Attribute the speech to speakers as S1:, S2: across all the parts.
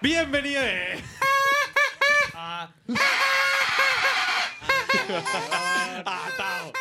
S1: Bienvenido. eh.
S2: Ah,
S1: Atao.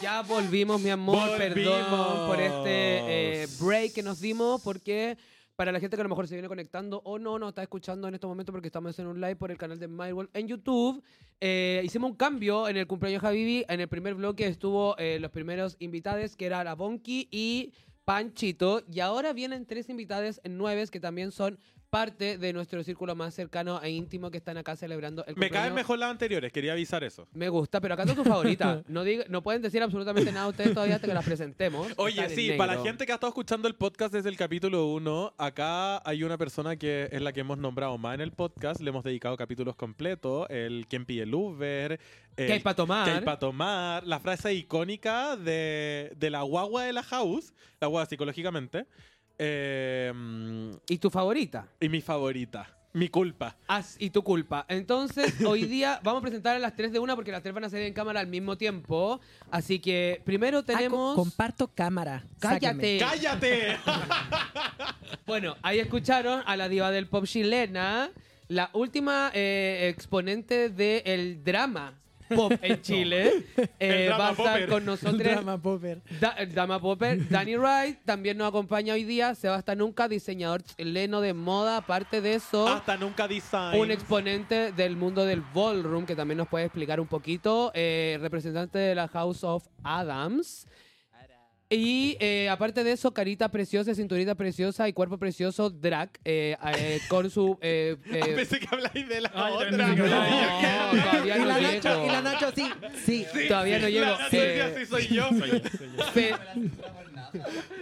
S2: ya volvimos, mi amor.
S1: Volvimos.
S2: Perdón por este eh, break que nos dimos porque... Para la gente que a lo mejor se viene conectando o no nos está escuchando en estos momentos porque estamos en un live por el canal de MyWorld en YouTube, eh, hicimos un cambio en el cumpleaños de Javivi. En el primer bloque estuvo eh, los primeros invitados, que era la Bonky y Panchito. Y ahora vienen tres invitados en nueves que también son parte de nuestro círculo más cercano e íntimo que están acá celebrando el
S1: Me
S2: cumpleaños.
S1: caen mejor las anteriores, quería avisar eso.
S2: Me gusta, pero acá son tus favoritas. No, diga- no pueden decir absolutamente nada ustedes todavía hasta que las presentemos.
S1: Oye,
S2: Están en
S1: sí,
S2: negro.
S1: para la gente que ha estado escuchando el podcast desde el capítulo 1, acá hay una persona que es la que hemos nombrado más en el podcast, le hemos dedicado capítulos completos, el quien pide el Uber, el
S2: que hay para tomar.
S1: eh, que hay pa' tomar, la frase icónica de, de la guagua de la house, la guagua psicológicamente, eh,
S2: y tu favorita.
S1: y mi favorita, mi culpa.
S2: Haz y tu culpa. Entonces, hoy día vamos a presentar a las tres de una porque las tres van a salir en cámara al mismo tiempo. Así que primero tenemos.
S3: Ah, co- comparto cámara.
S2: Cállate.
S3: Sáquenme.
S1: ¡Cállate!
S2: Bueno, ahí escucharon a la diva del pop chilena, la última eh, exponente del drama pop en Chile. Eh,
S1: drama
S2: va a estar
S1: popper.
S2: con
S3: Un
S2: nosotros
S3: drama popper.
S2: Da- el Dama Popper, Danny Wright también nos acompaña hoy día. Sebastián Nunca, diseñador chileno de moda. Aparte de eso,
S1: Hasta nunca design.
S2: un exponente del mundo del ballroom que también nos puede explicar un poquito. eh, representante de la House of Adams. Y eh, aparte de eso, carita preciosa, cinturita preciosa y cuerpo precioso, drag, eh, eh, con su... eh,
S1: Ah,
S2: eh,
S1: Pensé que habláis de la
S2: Ay,
S1: otra.
S2: no, no, todavía
S3: y,
S2: no
S3: la Nacho,
S2: llego.
S3: y la Nacho, sí. Sí.
S2: Todavía no llego.
S1: La
S2: Eh,
S1: Natalia, sí soy yo.
S2: fe-
S1: ¡Ah,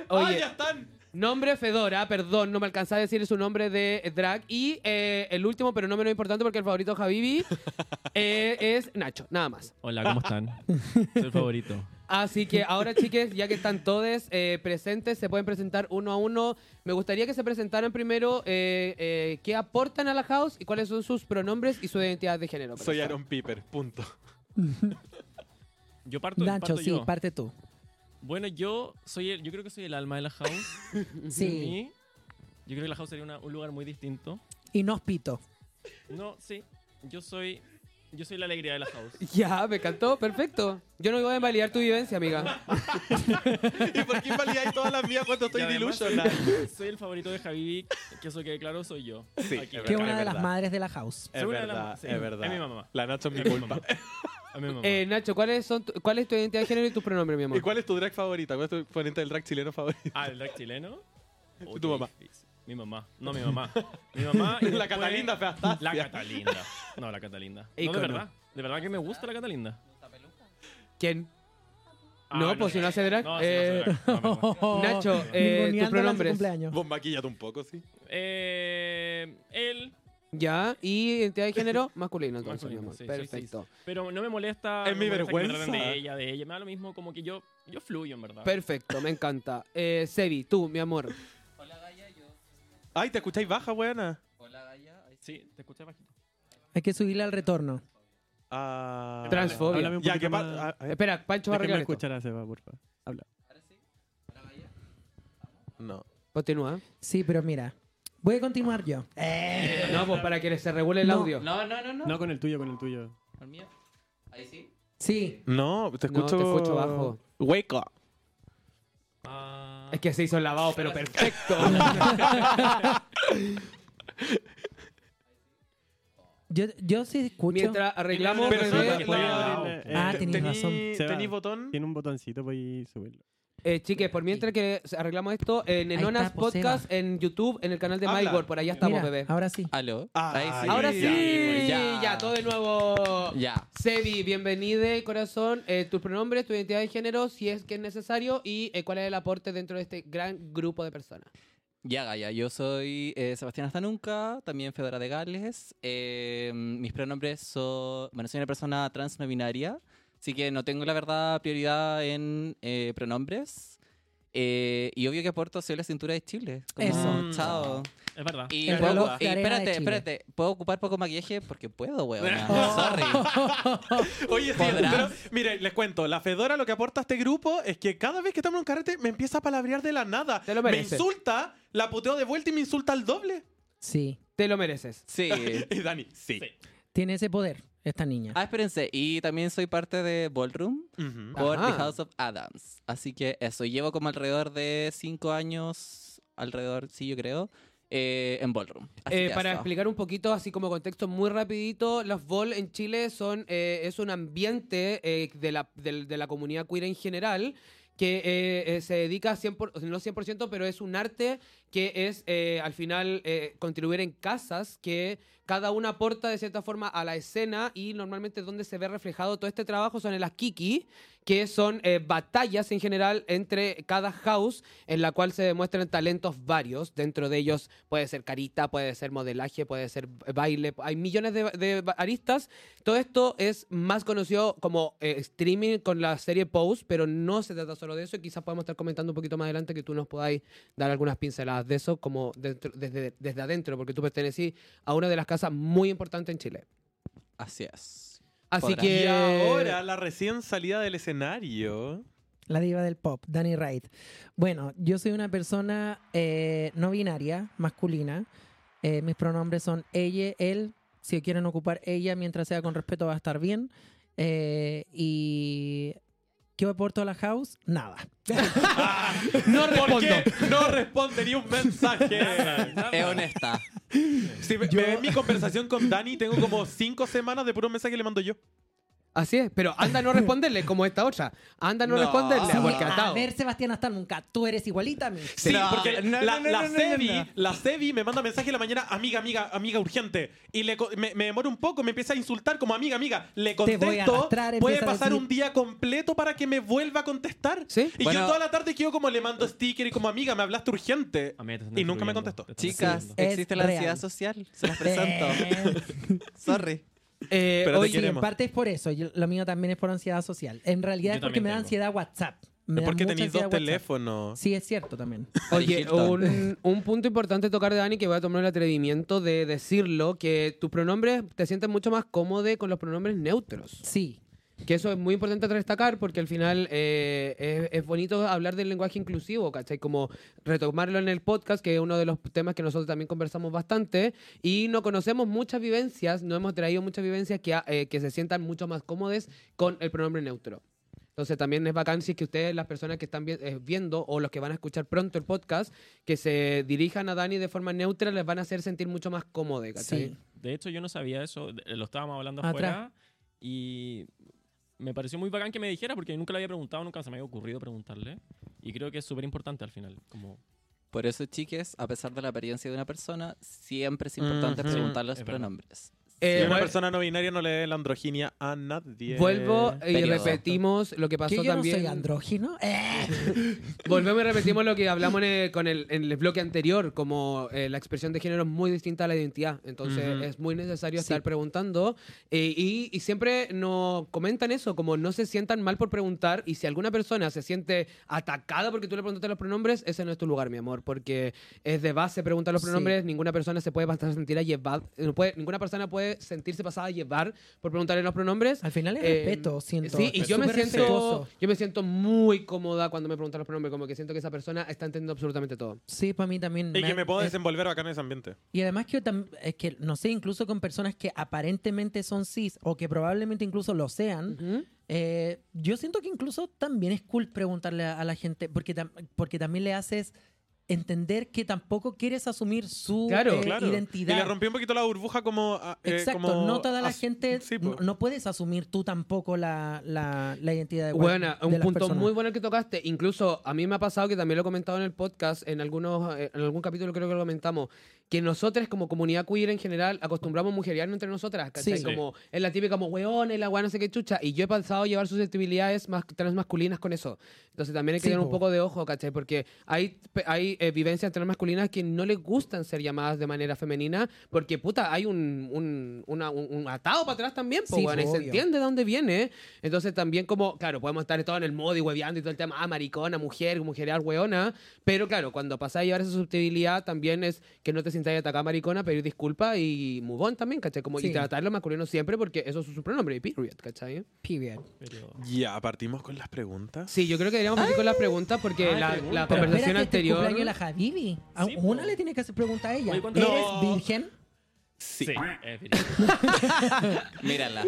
S2: Oye,
S1: ya están!
S2: Nombre Fedora, perdón, no me alcanzaba a decir su nombre de eh, drag. Y eh, el último, pero no menos importante porque el favorito de Javivi eh, es Nacho, nada más.
S4: Hola, ¿cómo están? Soy el favorito.
S2: Así que ahora, chiques, ya que están todos eh, presentes, se pueden presentar uno a uno. Me gustaría que se presentaran primero eh, eh, qué aportan a la house y cuáles son sus pronombres y su identidad de género.
S1: Soy Aaron Piper, punto.
S4: Yo parto,
S3: Nacho,
S4: parto
S3: sí,
S4: yo.
S3: parte tú.
S4: bueno, yo soy el, yo creo que soy el alma de la house.
S3: Sí.
S4: Y yo creo que la house sería una- un lugar muy distinto.
S3: Y no pito.
S4: No, sí. Yo soy yo soy la alegría de la house.
S2: Ya, me encantó, perfecto. Yo no voy a invalidar tu vivencia, amiga.
S1: ¿Y por qué invalidáis todas las mías cuando estoy
S4: Y además,
S1: delusional?
S4: Soy el favorito de Javi, que eso quede claro, soy yo.
S1: Sí,
S4: Aquí.
S1: es
S3: Que
S1: Pero
S3: es
S1: es
S3: una de las
S1: verdad.
S3: madres de la house.
S1: Es
S4: Seguro la
S1: verdad,
S4: mamá, sí,
S1: es verdad.
S4: es mi mamá.
S1: La Nacho es mi
S4: Es mi
S1: culpa.
S4: mamá. A mi mamá.
S2: Eh, Nacho, ¿cuáles son tu- ¿cuál es tu identidad de género y tus pronombres, mi amor?
S1: ¿Y cuál es tu drag favorita? ¿Cuál es tu exponente del drag chileno favorito?
S4: ah, el drag chileno.
S1: tu
S4: qué
S1: mamá.
S4: difícil. Mi mamá. No, mi mamá. Mi mamá. y
S1: La
S4: después-
S1: Catalinda Feastasia.
S4: La Catalinda. No, la Catalinda. No,
S2: Ícono.
S4: de verdad. De verdad que me gusta la Catalinda.
S2: ¿Quién?
S4: Ah,
S2: No, pues si no hace drag,
S4: No, si no hace
S2: eh,
S4: drag, no, perdón.
S2: Nacho, eh,
S3: Oh, Ninguneándola en
S2: tus
S3: su
S2: pronombres.
S3: cumpleaños.
S1: Vos maquillate un poco, sí.
S4: Eh, él.
S2: Ya, y identidad de género masculino, entonces,
S4: masculino,
S2: mi amor.
S4: sí, sí,
S2: Perfecto.
S4: sí, sí. Pero no me molesta.
S1: Es
S4: no me
S1: mi
S4: molesta que me
S1: vergüenza.
S4: traten de ella, de ella. Me da lo mismo, como que yo, yo fluyo, en verdad.
S2: Perfecto, me encanta. Eh, Sebi, tú, mi amor.
S1: Ay, te escucháis baja, buena.
S4: sí, te escuché bajito.
S3: Hay que subirle al retorno.
S1: Ah.
S2: Transfobia.
S5: Háblame un
S1: Ya,
S5: poquito
S1: que pa-
S5: más.
S1: ah, eh,
S2: Espera, Pancho va a
S5: Déjenme
S2: arreglar esto.
S5: escuchar a Seba, porfa. Habla.
S1: No.
S2: Continúa.
S3: Sí, pero mira. Voy a continuar yo.
S2: No, pues para que se regule el
S3: No.
S2: audio.
S6: No, no, no, no.
S5: No, con el tuyo, con el tuyo.
S6: ¿Al mío? Ahí sí.
S3: Sí.
S1: No, te
S2: No,
S1: escucho.
S2: te escucho bajo.
S1: Wake up.
S4: Ah,
S2: Es que se hizo el lavado, pero perfecto.
S3: Yo, yo sí escucho.
S2: Mientras arreglamos...
S1: Pero
S5: no,
S2: bebé,
S1: sí, la-
S5: Eh,
S3: Ah,
S5: eh,
S3: tenés
S1: Tení-
S3: razón.
S5: Seba.
S1: Tení botón.
S5: Tiene un botoncito para ir subirlo.
S2: Eh, chiques, por mientras que arreglamos esto, en
S3: Ahí
S2: Enonas
S3: está, pues,
S2: Podcast, en YouTube, en el canal de
S1: Habla.
S2: MyWord, por allá estamos,
S3: Mira,
S2: bebé.
S3: Ahora sí.
S6: ¿Aló?
S1: Ay,
S6: Ahí
S2: Ah, Ahora sí,
S1: sí,
S2: ya, todo de nuevo.
S6: Ya.
S2: Sebi, bienvenida, corazón. Eh, tus pronombres, tu identidad de género, si es que es necesario, y eh, cuál es el aporte dentro de este gran grupo de personas.
S6: Ya, Gaya, yo soy eh, Sebastián Hasta Nunca, también Fedora de Gales. Eh, mis pronombres son. Bueno, soy una persona trans no binaria, así que no tengo la verdad prioridad en eh, pronombres. Eh, y obvio que aporto soy la cintura de Chile. Como, mm,
S3: Eso. Mm.
S6: Chao.
S4: es verdad.
S6: Y,
S3: El
S6: puedo-
S3: reloj
S6: y
S3: de arena de
S6: espérate,
S3: Chile.
S6: espérate. ¿Puedo ocupar poco maquillaje? Porque puedo, weón. Sorry.
S1: Oye, sí,
S6: Podrás.
S1: pero, mire, les cuento, la Fedora lo que aporta a este grupo es que cada vez que estamos en un carrete me empieza a palabrear de la nada.
S2: Te lo
S1: me
S2: mereces.
S1: insulta, la puteo de vuelta y me insulta al doble.
S3: Sí.
S2: Te lo mereces.
S6: Sí.
S1: Y Dani, sí.
S4: Sí.
S3: Tiene ese poder, esta niña.
S6: Ah, espérense. Y también soy parte de Ballroom
S1: Ujú.
S6: por
S2: Ajá.
S6: The House of Adams. Así que eso, llevo como alrededor de cinco años, alrededor, sí, yo creo, eh, en Ballroom. Así
S2: Eh,
S6: que
S2: para
S6: eso.
S2: explicar un poquito, así como contexto muy rapidito, las ball en Chile son eh, es un ambiente eh, de, la, del- de la comunidad queer en general que eh, eh, se dedica 100%, por- no 100%, pero es un arte que es eh, al final eh, contribuir en casas que cada una aporta de cierta forma a la escena y normalmente donde se ve reflejado todo este trabajo son en las kiki, que son eh, batallas en general entre cada house en la cual se demuestran talentos varios. Dentro de ellos puede ser carita, puede ser modelaje, puede ser baile. Hay millones de, de ba- aristas. Todo esto es más conocido como eh, streaming con la serie Pose, pero no se trata solo de eso. Y quizás podemos estar comentando un poquito más adelante que tú nos podáis dar algunas pinceladas de eso, como dentro- desde, desde adentro, porque tú pertenecís a una de las casas muy importantes en Chile.
S6: Así es.
S2: Así
S6: Podrás.
S2: que.
S1: Y ahora, la recién salida del escenario.
S3: La diva del pop, Danny Wright. Bueno, yo soy una persona eh, no binaria, masculina. Eh, mis pronombres son ella, él. Si quieren ocupar ella, mientras sea con respeto, va a estar bien. Eh, y. ¿Qué aporto a la house? Nada.
S2: No
S1: Ah, ¿Por
S2: respondo.
S1: qué no responde ni un mensaje?
S6: Es honesta.
S1: Si me, me ven mi conversación con Dani, tengo como cinco semanas de puro mensaje que le mando yo.
S2: Así es, pero anda a no responderle, como esta otra. Anda a no,
S6: No.
S1: Ah,
S2: responderle.
S6: Sí,
S2: porque
S3: a
S2: atao.
S3: ver, Sebastián, hasta nunca. Tú eres igualita a mí.
S1: Sí,
S6: No,
S1: porque
S6: no,
S1: la,
S6: no, no,
S1: la
S6: no, no,
S1: Sebi,
S6: no.
S1: la Sebi me manda mensaje en la mañana, amiga, amiga, amiga, urgente. Y le co- me, me demoro un poco, me empieza a insultar como amiga, amiga. Le
S3: voy a
S1: contesto,
S3: arrastrar,
S1: puede
S3: empieza a
S1: pasar
S3: decir-
S1: un día completo para que me vuelva a contestar.
S2: Sí.
S1: Y yo
S6: Bueno.
S1: toda la tarde quedo como le mando sticker y como amiga, me hablaste urgente.
S4: Ah,
S1: Y nunca me contestó.
S6: Chicas,
S3: Es
S6: existe la ansiedad
S3: real.
S6: social. Se las presento.
S3: Eh,
S6: Sorry.
S2: Eh,
S1: Pero te
S2: oye,
S3: sí, en
S1: queremos.
S3: parte es por eso. Yo- lo mío también es por ansiedad social. En realidad
S4: Yo
S3: es porque
S4: también
S3: me da
S4: tengo.
S3: ansiedad WhatsApp. Me
S1: Es
S3: da
S1: porque
S3: mucha
S1: tenéis dos
S3: ansiedad WhatsApp.
S1: teléfonos.
S3: Sí, es cierto también.
S2: Oye,
S6: Hilton.
S2: un, un punto importante tocar de Dani que voy a tomar el atrevimiento de decirlo, que tus pronombres te sientes mucho más cómodo con los pronombres neutros.
S3: Sí.
S2: Que eso es muy importante destacar porque al final eh, es, es bonito hablar del lenguaje inclusivo, ¿cachai? Como retomarlo en el podcast, que es uno de los temas que nosotros también conversamos bastante, y no conocemos muchas vivencias, no hemos traído muchas vivencias que, ha- eh, que se sientan mucho más cómodas con el pronombre neutro. Entonces también es bacán si es que ustedes, las personas que están vi- eh, viendo o los que van a escuchar pronto el podcast, que se dirijan a Dani de forma neutra, les van a hacer sentir mucho más cómodos, ¿cachai?
S3: Sí.
S4: De hecho, yo no sabía eso. de- Lo estábamos hablando
S3: Atrás.
S4: afuera. Y me pareció muy bacán que me dijera porque nunca le había preguntado, nunca se me había ocurrido preguntarle. Y creo que es súper importante al final. Como,
S6: Por eso, chiques, a pesar de la apariencia de una persona, siempre es importante
S1: Ujú.
S6: preguntar los
S4: Es verdad.
S6: pronombres.
S2: Eh,
S1: Y una
S2: vuel-
S1: persona no binaria no le dé la androginia a nadie.
S2: Vuelvo y
S6: Periodo.
S2: repetimos lo que pasó
S3: Que yo
S2: también.
S3: no soy andrógino. Eh.
S2: Volvemos y repetimos lo que hablamos en el, con el, en el bloque anterior, como eh, la expresión de género es muy distinta a la identidad, entonces
S1: Ujú.
S2: es muy necesario
S3: Sí.
S2: estar preguntando eh, y, y siempre nos comentan eso, como no se sientan mal por preguntar y si alguna persona se siente atacada porque tú le preguntaste los pronombres, ese no es tu lugar, mi amor, porque es de base preguntar los
S3: Sí.
S2: pronombres, ninguna persona se puede pasar a sentir a llevar, eh, no puede- ninguna persona puede sentirse pasada a llevar por preguntarle los pronombres
S3: Al final es
S2: eh,
S3: respeto, siento.
S2: Sí, y
S3: Es
S2: yo me,
S3: súper
S2: siento,
S3: respetuoso.
S2: yo me siento muy cómoda cuando me preguntan los pronombres, como que siento que esa persona está entendiendo absolutamente todo.
S3: Sí, para mí también.
S1: Y que me puedo
S3: eh,
S1: desenvolver acá en ese ambiente.
S3: y además que, yo tam- es que, no sé, incluso con personas que aparentemente son cis o que probablemente incluso lo sean, eh, yo siento que incluso también es cool preguntarle a, a la gente, porque, tam- porque también le haces entender que tampoco quieres asumir su
S2: Claro.
S3: eh,
S1: Claro.
S3: identidad.
S1: Y le rompí un poquito la burbuja como... ah, eh,
S3: Exacto,
S1: como
S3: no toda la
S1: as-
S3: gente,
S1: Sí, po.
S3: no, no puedes asumir tú tampoco la, la, la identidad de
S2: Bueno,
S3: de
S2: un
S3: las
S2: punto
S3: personas.
S2: muy bueno el que tocaste. Incluso a mí me ha pasado que también lo he comentado en el podcast, en algunos, eh, en algún capítulo creo que lo comentamos, que nosotros como comunidad queer en general acostumbramos mujerear entre nosotras, ¿cachai?
S3: Sí.
S2: Como es la típica como weones, la weá no sé qué chucha. Y yo he pensado llevar susceptibilidades más transmasculinas con eso. Entonces también hay que
S3: Sí,
S2: tener un
S3: po.
S2: poco de ojo, ¿cachai? Porque hay, pe- hay eh, vivencias transmasculinas que no les gustan ser llamadas de manera femenina, porque puta, hay un, un, una- un- un atado para atrás también, po,
S3: Sí,
S2: weón,
S3: po,
S2: y se
S3: obvio.
S2: entiende de dónde viene. Entonces también como, claro, podemos estar todo en el modo y hueveando y todo el tema, ah, maricona, mujer, mujerear, weona, pero claro, cuando pasás a llevar esa susceptibilidad también es que no te presentáis de acá, maricona, pedir disculpas y move on también, ¿cachai? Como,
S3: Sí.
S2: Y tratarlo masculino siempre porque eso es su pronombre, period, ¿cachai?
S3: Period.
S4: Pero...
S1: Ya, partimos con las preguntas.
S2: Sí, yo creo que deberíamos partir con las preguntas porque
S4: Ay,
S2: la,
S4: pregunta.
S2: la
S4: Pero
S3: Pero
S2: conversación
S3: espérate, este es
S2: anterior...
S3: cumpleaños de la Habibi. A
S4: Sí, po.
S3: una le tiene que hacer pregunta a ella.
S4: Oye, ¿cuánto-
S3: ¿Eres
S1: No.
S3: virgen?
S4: Sí. es verdad.
S6: Mírala.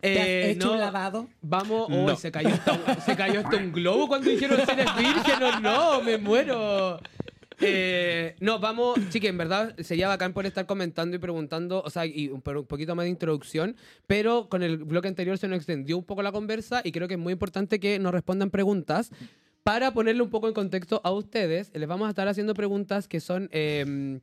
S3: ¿Te has
S2: Eh,
S3: hecho
S2: no,
S3: un lavado?
S2: Vamos, oh,
S1: No.
S2: se, cayó hasta un, se cayó hasta un globo cuando dijeron si eres virgen o no, me muero. Eh, no, vamos, chique, en verdad sería bacán poder estar comentando y preguntando, o sea, y un, pero un poquito más de introducción, pero con el bloque anterior se nos extendió un poco la conversa y creo que es muy importante que nos respondan preguntas. Para ponerle un poco en contexto a ustedes, les vamos a estar haciendo preguntas que son eh,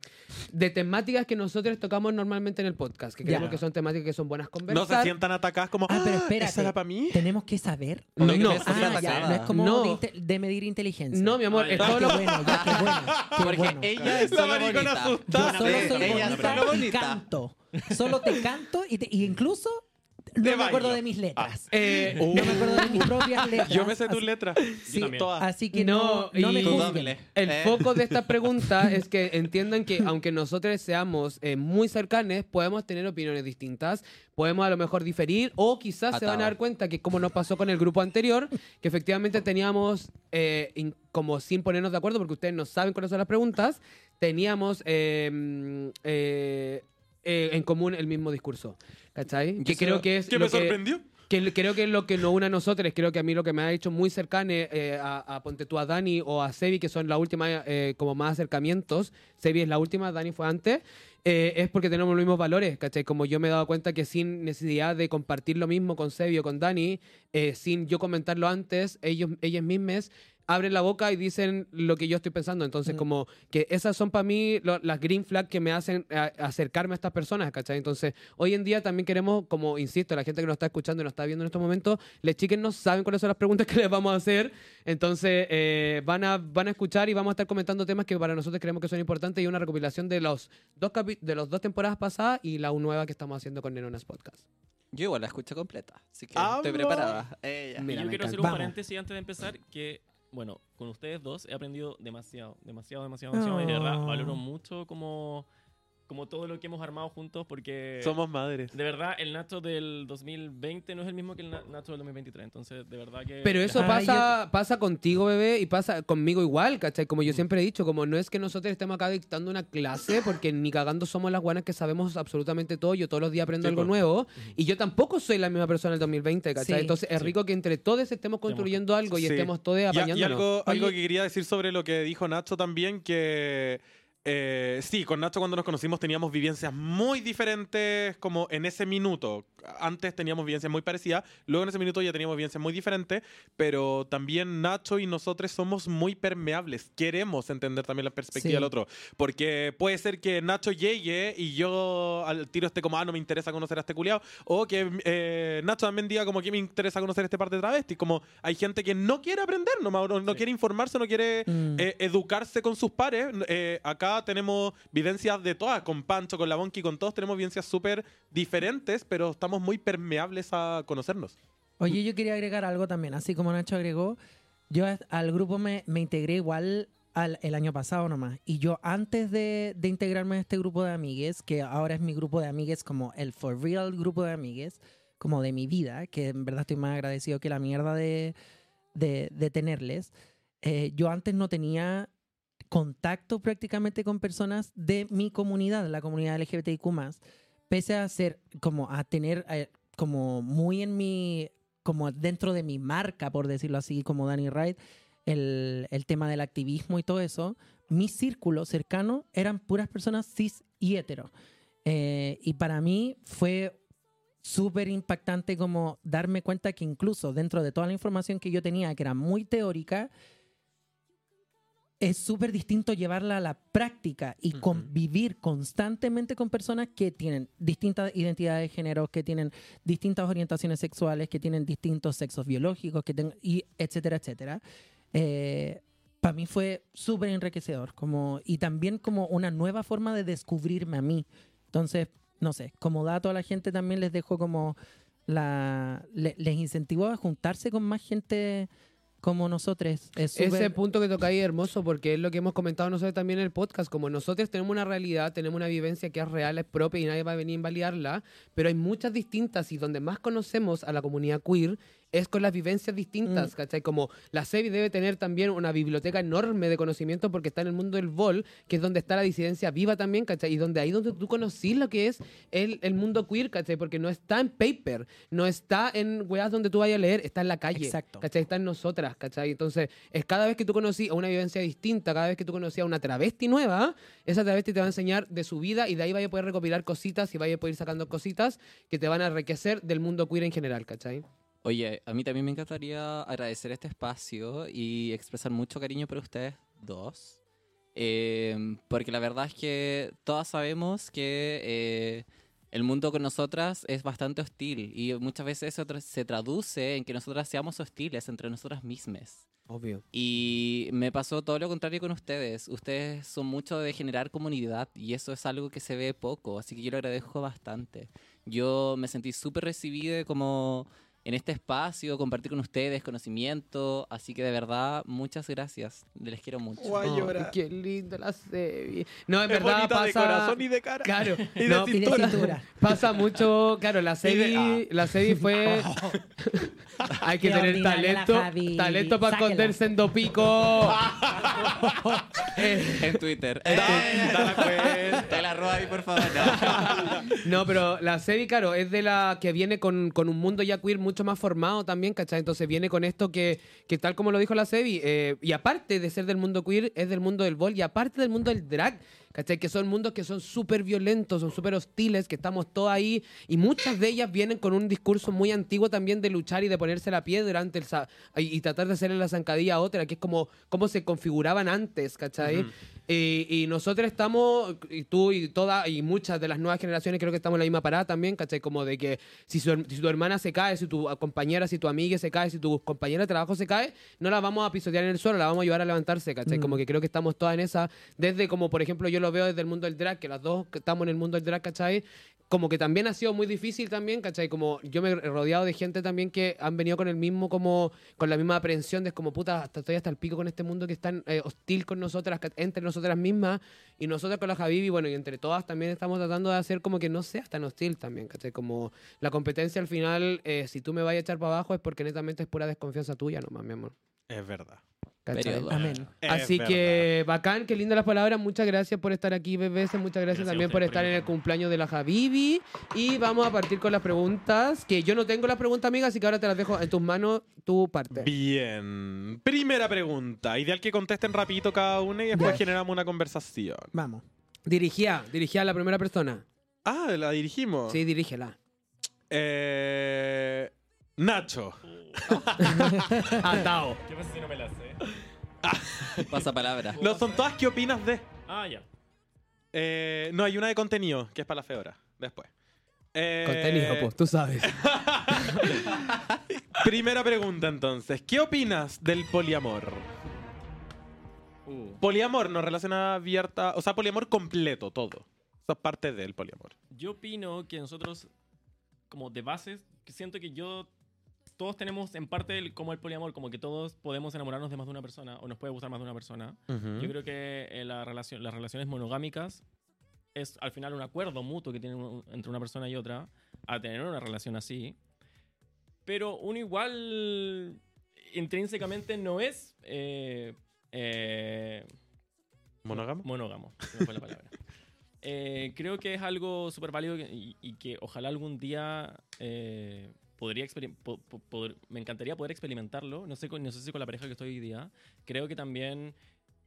S2: de temáticas que nosotros tocamos normalmente en el podcast, que
S3: Ya.
S2: creemos que son temáticas que son buenas
S1: No
S2: conversas.
S1: se sientan atacadas como.
S3: Ah, pero
S1: "Ah,
S3: espérate.
S1: ¿Esa era para mí?
S3: ¿Tenemos que saber?
S6: No,
S2: No,
S6: me sentí
S3: Ah, ya,
S6: atacada.
S3: no es como
S2: No.
S3: De, inte- de medir inteligencia. Ah,
S2: No, mi amor,
S4: Ay,
S2: es
S4: ay,
S2: todo
S3: Qué
S2: lo
S3: bueno, ya, qué bueno. Qué
S6: Porque
S3: bueno.
S6: ella es
S1: La
S6: solo
S1: maricona
S6: bonita.
S3: Yo
S1: asustada.
S3: solo
S6: Sí,
S3: soy
S6: ella es
S3: bonita,
S6: solo
S3: y
S6: bonita.
S3: canto. Solo te canto y, te- y incluso no
S1: Te
S3: me acuerdo
S1: bailo.
S3: de mis letras.
S2: Eh,
S1: Uh,
S3: No me acuerdo de mis propias letras.
S1: yo me sé tus letras.
S3: Sí,
S4: también.
S1: todas.
S3: Así que
S2: No,
S3: no, no, me
S2: y-
S3: juzguen.
S6: Dudable.
S2: el
S6: Eh.
S2: foco de esta pregunta es que entiendan que aunque nosotros seamos eh, muy cercanes, podemos tener opiniones distintas, podemos a lo mejor diferir o quizás se van a
S6: Atado.
S2: dar cuenta que como nos pasó con el grupo anterior, que efectivamente teníamos eh, in- como sin ponernos de acuerdo porque ustedes no saben cuáles son las preguntas, teníamos eh, mm, eh, eh, en común el mismo discurso. ¿Cachai?
S6: Yo
S2: Que
S6: solo-
S2: creo que es
S1: ¿Qué
S2: lo
S1: me
S2: que-
S1: sorprendió?
S2: Que l- creo que es lo que nos une a nosotros, creo que a mí lo que me ha hecho muy cercano eh, a, a Ponte tú a Dani o a Sebi, que son la última, eh, como más acercamientos. Sebi es la última, Dani fue antes. eh, es porque tenemos los mismos valores, ¿cachai? Como yo me he dado cuenta que sin necesidad de compartir lo mismo con Sebi o con Dani, eh, sin yo comentarlo antes, ellos, ellas mismas abren la boca y dicen lo que yo estoy pensando. Entonces,
S3: Mm.
S2: como que esas son para mí lo- las green flag que me hacen a- acercarme a estas personas, ¿cachai? Entonces, hoy en día también queremos, como insisto, la gente que nos está escuchando y nos está viendo en estos momentos, les chiquen no saben cuáles son las preguntas que les vamos a hacer. Entonces, eh, van, a, van a escuchar y vamos a estar comentando temas que para nosotros creemos que son importantes y una recopilación de los dos capi- de las dos temporadas pasadas y la nueva que estamos haciendo con Neronas Podcast.
S6: Yo igual la escucho completa, así que
S4: Ah,
S1: Habla.
S6: estoy preparada. Ella.
S2: Mira,
S4: Y Eh, yo
S2: me
S4: quiero
S2: encanta.
S4: hacer un
S3: Vamos.
S4: paréntesis antes de empezar que, bueno, con ustedes dos he aprendido demasiado, demasiado, demasiado, demasiado. Y de verdad,
S3: Oh.
S4: valoro mucho como, como todo lo que hemos armado juntos porque...
S1: Somos madres.
S4: De verdad, el Nacho del 2020 no es el mismo que el Na- Nacho del 2023. Entonces, de verdad que...
S2: Pero eso
S3: Ah,
S2: pasa, pasa contigo, bebé, y pasa conmigo igual, ¿cachai? Como yo siempre he dicho, como no es que nosotros estemos acá dictando una clase, porque ni cagando somos las guanas que sabemos absolutamente todo, yo todos los días aprendo
S1: Sí,
S2: algo
S1: po.
S2: nuevo, y yo tampoco soy la misma persona del 2020, ¿cachai?
S3: Sí.
S2: Entonces es
S4: Sí.
S2: rico que entre todos estemos construyendo algo y
S1: Sí.
S2: estemos todos
S1: Y a- Y,
S2: apañándonos.
S1: algo,
S3: Oye.
S1: algo que quería decir sobre lo que dijo Nacho también, que eh, sí, con Nacho cuando nos conocimos teníamos vivencias muy diferentes como en ese minuto. Antes teníamos vivencias muy parecidas, luego en ese minuto ya teníamos vivencias muy diferentes, pero también Nacho y nosotros somos muy permeables. Queremos entender también la perspectiva
S3: Sí.
S1: del otro, porque puede ser que Nacho llegue y yo al tiro esté como, ah, no me interesa conocer a este culiado, o que eh, Nacho también diga como que me interesa conocer este parte de travesti. Como hay gente que no quiere aprender, no, no, no
S4: Sí.
S1: quiere informarse, no quiere
S3: Mm.
S1: eh, educarse con sus pares. Eh, acá tenemos vivencias de todas, con Pancho, con la Bonky, con todos tenemos vivencias súper diferentes, pero estamos muy permeables a conocernos.
S3: Oye, yo quería agregar algo también, así como Nacho agregó, yo a- al grupo me, me integré igual al, el año pasado nomás, y yo antes de, de integrarme a este grupo de amigues, que ahora es mi grupo de amigues como el for real grupo de amigues, como de mi vida, que en verdad estoy más agradecido que la mierda de, de, de tenerles, eh, yo antes no tenía contacto prácticamente con personas de mi comunidad, la comunidad LGBTIQ+, pese a ser como a tener eh, como muy en mi como dentro de mi marca, por decirlo así, como Danny Wright, el, el tema del activismo y todo eso, mi círculo cercano eran puras personas cis y hetero. Eh, y para mí fue súper impactante como darme cuenta que incluso dentro de toda la información que yo tenía, que era muy teórica, es súper distinto llevarla a la práctica y
S1: Ujú.
S3: convivir constantemente con personas que tienen distintas identidades de género, que tienen distintas orientaciones sexuales, que tienen distintos sexos biológicos, que ten- y etcétera, etcétera. para mí fue súper enriquecedor como, y también como una nueva forma de descubrirme a mí. Entonces, no sé, como dato a la gente también les dejo como la... le- les incentivo a juntarse con más gente como nosotros. Es
S2: Ese
S3: súper-
S2: punto que tocáis es hermoso porque es lo que hemos comentado nosotros también en el podcast. Como nosotros tenemos una realidad, tenemos una vivencia que es real, es propia y nadie va a venir a invalidarla, pero hay muchas distintas y donde más conocemos a la comunidad queer es con las vivencias distintas,
S3: Mm.
S2: ¿cachai? Como la CEBI debe tener también una biblioteca enorme de conocimiento porque está en el mundo del vol, que es donde está la disidencia viva también, ¿cachai? Y donde ahí donde tú conocís lo que es el, el mundo queer, ¿cachai? Porque no está en paper, no está en weas donde tú vayas a leer, está en la calle.
S3: Exacto.
S2: ¿cachai? Está en nosotras, ¿cachai? Entonces, es cada vez que tú conocí a una vivencia distinta, cada vez que tú conocí a una travesti nueva, esa travesti te va a enseñar de su vida y de ahí vaya a poder recopilar cositas y vaya a poder ir sacando cositas que te van a enriquecer del mundo queer en general, ¿cachai?
S6: Oye, a mí también me encantaría agradecer este espacio y expresar mucho cariño por ustedes dos. Eh, porque la verdad es que todas sabemos que eh, el mundo con nosotras es bastante hostil y muchas veces eso tra- se traduce en que nosotras seamos hostiles entre nosotras mismas.
S2: Obvio.
S6: Y me pasó todo lo contrario con ustedes. Ustedes son mucho de generar comunidad y eso es algo que se ve poco, así que yo lo agradezco bastante. Yo me sentí súper recibida como en este espacio, compartir con ustedes conocimiento, así que de verdad, muchas gracias. Les quiero mucho.
S1: Guay. Ay, llorar.
S2: Oh, qué lindo la serie. No, en
S1: Es
S2: verdad
S1: bonita
S2: pasa
S1: de corazón y de cara.
S2: Claro,
S1: Y de
S2: no,
S3: Y de cintura.
S2: pasa mucho, claro,
S1: de- ah.
S2: la serie, la serie fue hay que
S3: Qué
S2: tener
S3: ordinaria la
S2: talento,
S3: Javi.
S2: talento para
S3: Sáquela.
S2: esconderse en dopico. Eh,
S6: En Twitter.
S1: Da la cuenta.
S6: Te la roba ahí, por favor. No.
S2: No, pero la serie, claro, es de la que viene con, con un mundo ya queer mucho más formado también, ¿cachai? Entonces viene con esto que, que tal como lo dijo la serie, y aparte de ser del mundo queer, es del mundo del bol y aparte del mundo del drag, ¿cachai? Que son mundos que son súper violentos, son súper hostiles, que estamos todos ahí y muchas de ellas vienen con un discurso muy antiguo también de luchar y de ponerse la piedra ante el sa- y, y tratar de hacerle la zancadilla a otra, que es como cómo se configuraban antes, ¿cachai? Eh, y nosotros estamos, y tú y toda, y muchas de las nuevas generaciones creo que estamos en la misma parada también, ¿cachai? Como de que si, su her- si tu hermana se cae, si tu compañera, si tu amiga se cae, si tu compañera de trabajo se cae, no la vamos a pisotear en el suelo, la vamos a ayudar a levantarse, ¿cachai?
S3: Mm.
S2: Como que creo que estamos todas en esa, desde como por ejemplo yo lo veo desde el mundo del drag, que las dos que estamos en el mundo del drag, ¿cachai? como que también ha sido muy difícil también, ¿cachai? Como yo me he rodeado de gente también que han venido con el mismo, como, con la misma aprehensión de es como, puta, hasta, estoy hasta el pico con este mundo que es tan eh, hostil con nosotras, ca- entre nosotras mismas, y nosotras con la Javivi, bueno, y entre todas también estamos tratando de hacer como que no sea tan hostil también, ¿cachai? Como la competencia al final, eh, si tú me vas a echar para abajo es porque netamente es pura desconfianza tuya nomás, mi amor.
S1: Es verdad.
S2: ¿cachai?
S6: Periodo.
S3: Amén.
S1: Es
S2: Así
S1: verdad.
S2: que, bacán, qué lindas las palabras. Muchas gracias por estar aquí, bebés. Muchas gracias,
S4: Gracias a
S2: también
S4: ustedes
S2: por
S4: por
S2: estar en el
S4: invitarme.
S2: cumpleaños de la Javivi. Y vamos a partir con las preguntas. Que yo no tengo las preguntas, amiga, así que ahora te las dejo en tus manos, tu parte.
S1: Bien. Primera pregunta. Ideal que contesten rapidito cada una y después generamos una conversación.
S3: Vamos.
S2: Dirigía, dirigía a la primera persona.
S1: Ah, la dirigimos.
S2: Sí, dirígela.
S1: Eh, Nacho.
S2: Atao.
S4: ¿Qué pasa si no me la sé?
S6: Pasa palabra.
S1: No, son todas qué opinas de.
S4: Ah, ya.
S1: Eh, no, hay una de contenido, que es para la feora. Después. Eh,
S2: Contenido, pues, tú sabes.
S1: Primera pregunta entonces. ¿Qué opinas del poliamor?
S4: Uh,
S1: Poliamor no relaciona abierta. O sea, poliamor completo, todo. Esa es parte del poliamor.
S4: Yo opino que nosotros, como de bases, que siento que yo. Todos tenemos en parte el- como el poliamor, como que todos podemos enamorarnos de más de una persona o nos puede gustar más de una persona. Yo creo que eh, la relación, las relaciones monogámicas es al final un acuerdo mutuo que tienen un- entre una persona y otra a tener una relación así. Pero uno igual intrínsecamente no es eh, eh,
S1: ¿Monógamo?
S4: Monógamo, se me fue la palabra. Eh, creo que es algo súper válido que- y, y que ojalá algún día eh, podría experim- po- po- poder- me encantaría poder experimentarlo. No sé, con- no sé si con la pareja que estoy hoy día. Creo que también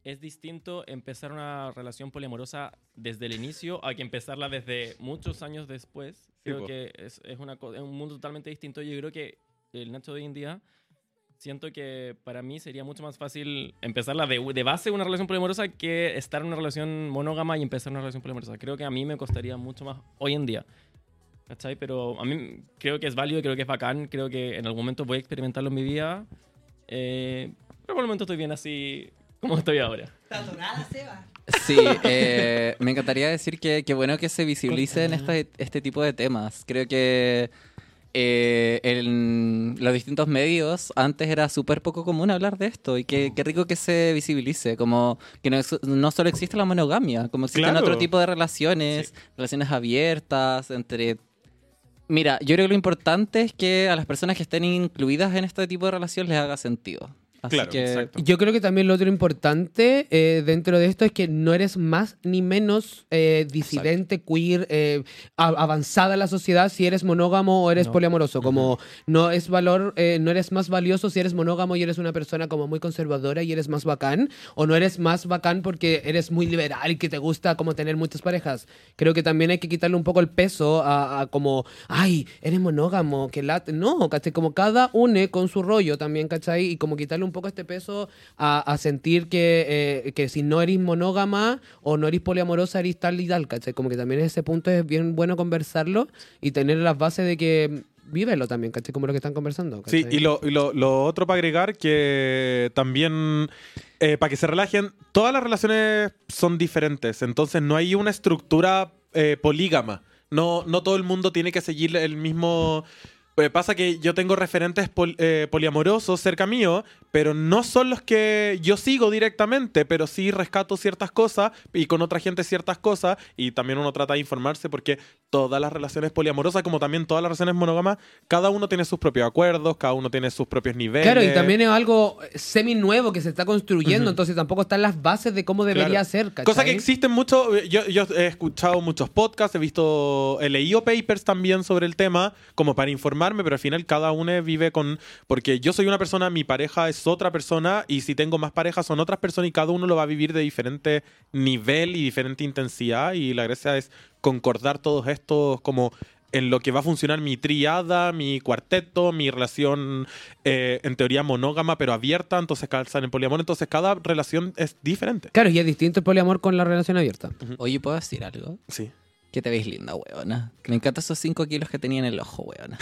S4: es distinto empezar una relación poliamorosa desde el inicio a que empezarla desde muchos años después. Creo
S1: po.
S4: que es, es una, co- es un mundo totalmente distinto. Yo creo que el Nacho de hoy en día siento que para mí sería mucho más fácil empezarla de, de base una relación poliamorosa que estar en una relación monógama y empezar una relación poliamorosa. Creo que a mí me costaría mucho más hoy en día. ¿Cachai? Pero a mí creo que es válido, creo que es bacán, creo que en algún momento voy a experimentarlo en mi vida. Eh, pero por el momento estoy bien así como estoy ahora.
S6: Sí, eh, me encantaría decir que qué bueno que se visibilicen este, este tipo de temas. Creo que eh, en los distintos medios antes era súper poco común hablar de esto y
S1: Oh.
S6: qué, qué rico que se visibilice, como que no, es- no solo existe la monogamia, como existen
S1: Claro.
S6: otro tipo de relaciones, relaciones abiertas entre... Mira, yo creo que lo importante es que a las personas que estén incluidas en este tipo de relación les haga sentido. Así
S1: Claro,
S6: que
S1: exacto.
S2: Yo creo que también lo otro importante eh, dentro de esto es que no eres más ni menos eh, disidente, queer, eh, a- avanzada en la sociedad si eres monógamo o eres
S4: No.
S2: poliamoroso. Como no es valor, eh, no eres más valioso si eres monógamo y eres una persona como muy conservadora y eres más bacán, o no eres más bacán porque eres muy liberal y que te gusta como tener muchas parejas. Creo que también hay que quitarle un poco el peso a, a como, ay, eres monógamo, que late. No, ¿cachai? Como cada une con su rollo también, ¿cachai? Y como quitarle un poco este peso a, a sentir que, eh, que si no eres monógama o no eres poliamorosa, eres tal y tal, ¿cachai? Como que también ese punto es bien bueno conversarlo y tener las bases de que vívelo también, ¿cachai? Como lo que están conversando.
S1: Sí,
S2: ¿cachai?
S1: y lo, y lo- lo otro para agregar que también, eh, para que se relajen, todas las relaciones son diferentes, entonces no hay una estructura eh, polígama. No, no todo el mundo tiene que seguir el mismo... eh, pasa que yo tengo referentes pol- eh, poliamorosos cerca mío, pero no son los que yo sigo directamente, pero sí rescato ciertas cosas y con otra gente ciertas cosas y también uno trata de informarse porque todas las relaciones poliamorosas, como también todas las relaciones monógamas, cada uno tiene sus propios acuerdos, cada uno tiene sus propios niveles.
S2: Claro, y también es algo semi nuevo que se está construyendo,
S1: Ujú.
S2: entonces tampoco están las bases de cómo debería
S1: Claro.
S2: ser, ¿cachai?
S1: Cosa que existen mucho, eh, yo, yo he escuchado muchos podcasts, he visto, he leído papers también sobre el tema, como para informarme, pero al final cada uno vive con, porque yo soy una persona, mi pareja es otra persona, y si tengo más parejas son otras personas, y cada uno lo va a vivir de diferente nivel y diferente intensidad, y la gracia es concordar todos estos como en lo que va a funcionar mi triada, mi cuarteto, mi relación eh, en teoría monógama pero abierta, entonces calzan en poliamor, entonces cada relación es diferente.
S2: Claro, y es distinto el poliamor con la relación abierta.
S6: Oye, ¿puedo decir algo?
S1: Sí.
S6: Que te veis linda, weona. Me encantan esos 5 kilos que tenía en el ojo, weona.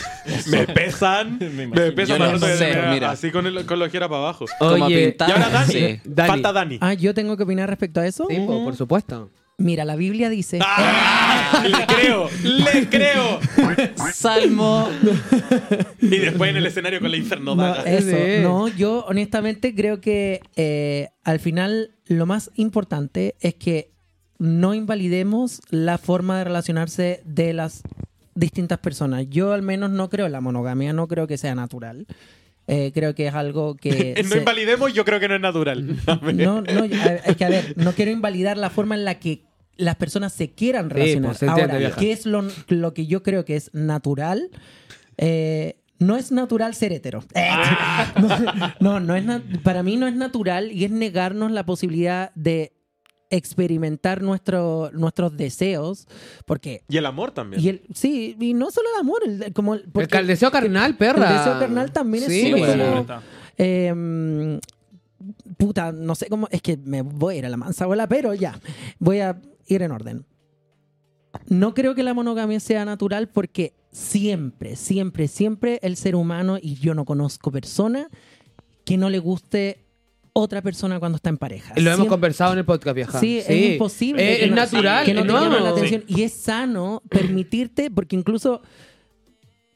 S1: Me pesan.
S4: Me
S1: me
S4: imagino.
S1: pesan
S6: Yo
S1: para
S6: no
S1: no
S6: sé,
S1: tener-
S6: mira.
S1: así con, el, con la ojera para abajo.
S6: Como
S2: Oye,
S6: pintada,
S1: Y ahora Dani.
S6: sí.
S2: Dani.
S1: Falta Dani.
S3: Ah, yo tengo que opinar respecto a eso.
S2: Sí, po, por supuesto.
S3: Mira, la Biblia dice.
S1: ¡Ah! Le creo, le creo.
S6: Salmo
S1: Y después en el escenario con la inferno
S3: No,
S1: Daga.
S3: eso.
S2: Sí.
S3: No, yo honestamente creo que eh, al final lo más importante es que no invalidemos la forma de relacionarse de las distintas personas. Yo al menos no creo en la monogamia, no creo que sea natural. Eh, creo que es algo que...
S2: eh,
S1: no
S3: se-
S1: invalidemos, yo creo que no es natural.
S3: no, no, a- es que a ver, no quiero invalidar la forma en la que las personas se quieran relacionar.
S2: pues, se entiende,
S3: Ahora,
S2: vieja.
S3: ¿qué es lo, lo que yo creo que es natural? Eh, no es natural ser hetero. No, no es na- para mí no es natural y es negarnos la posibilidad de experimentar nuestro, nuestros deseos, porque
S1: Y el amor también.
S3: y el, sí, y no solo el amor, el, como el-
S2: El
S3: porque-
S2: caldeseo carnal, perra.
S3: El deseo carnal también es
S2: Sí,
S3: súper
S2: bueno.
S3: como- eh, puta, no sé cómo. Es que me voy a ir a la mansa bola, pero ya. Voy a ir en orden. No creo que la monogamia sea natural porque siempre, siempre, siempre el ser humano, y yo no conozco persona que no le guste otra persona cuando está en pareja.
S2: Lo hemos
S3: Siempre-
S2: conversado en el podcast, vieja.
S3: Sí, es imposible.
S2: Eh,
S3: que
S2: es
S3: no-
S2: natural,
S3: Que no te
S2: no.
S3: llame la
S2: Sí.
S3: atención. Y es sano permitirte, porque incluso.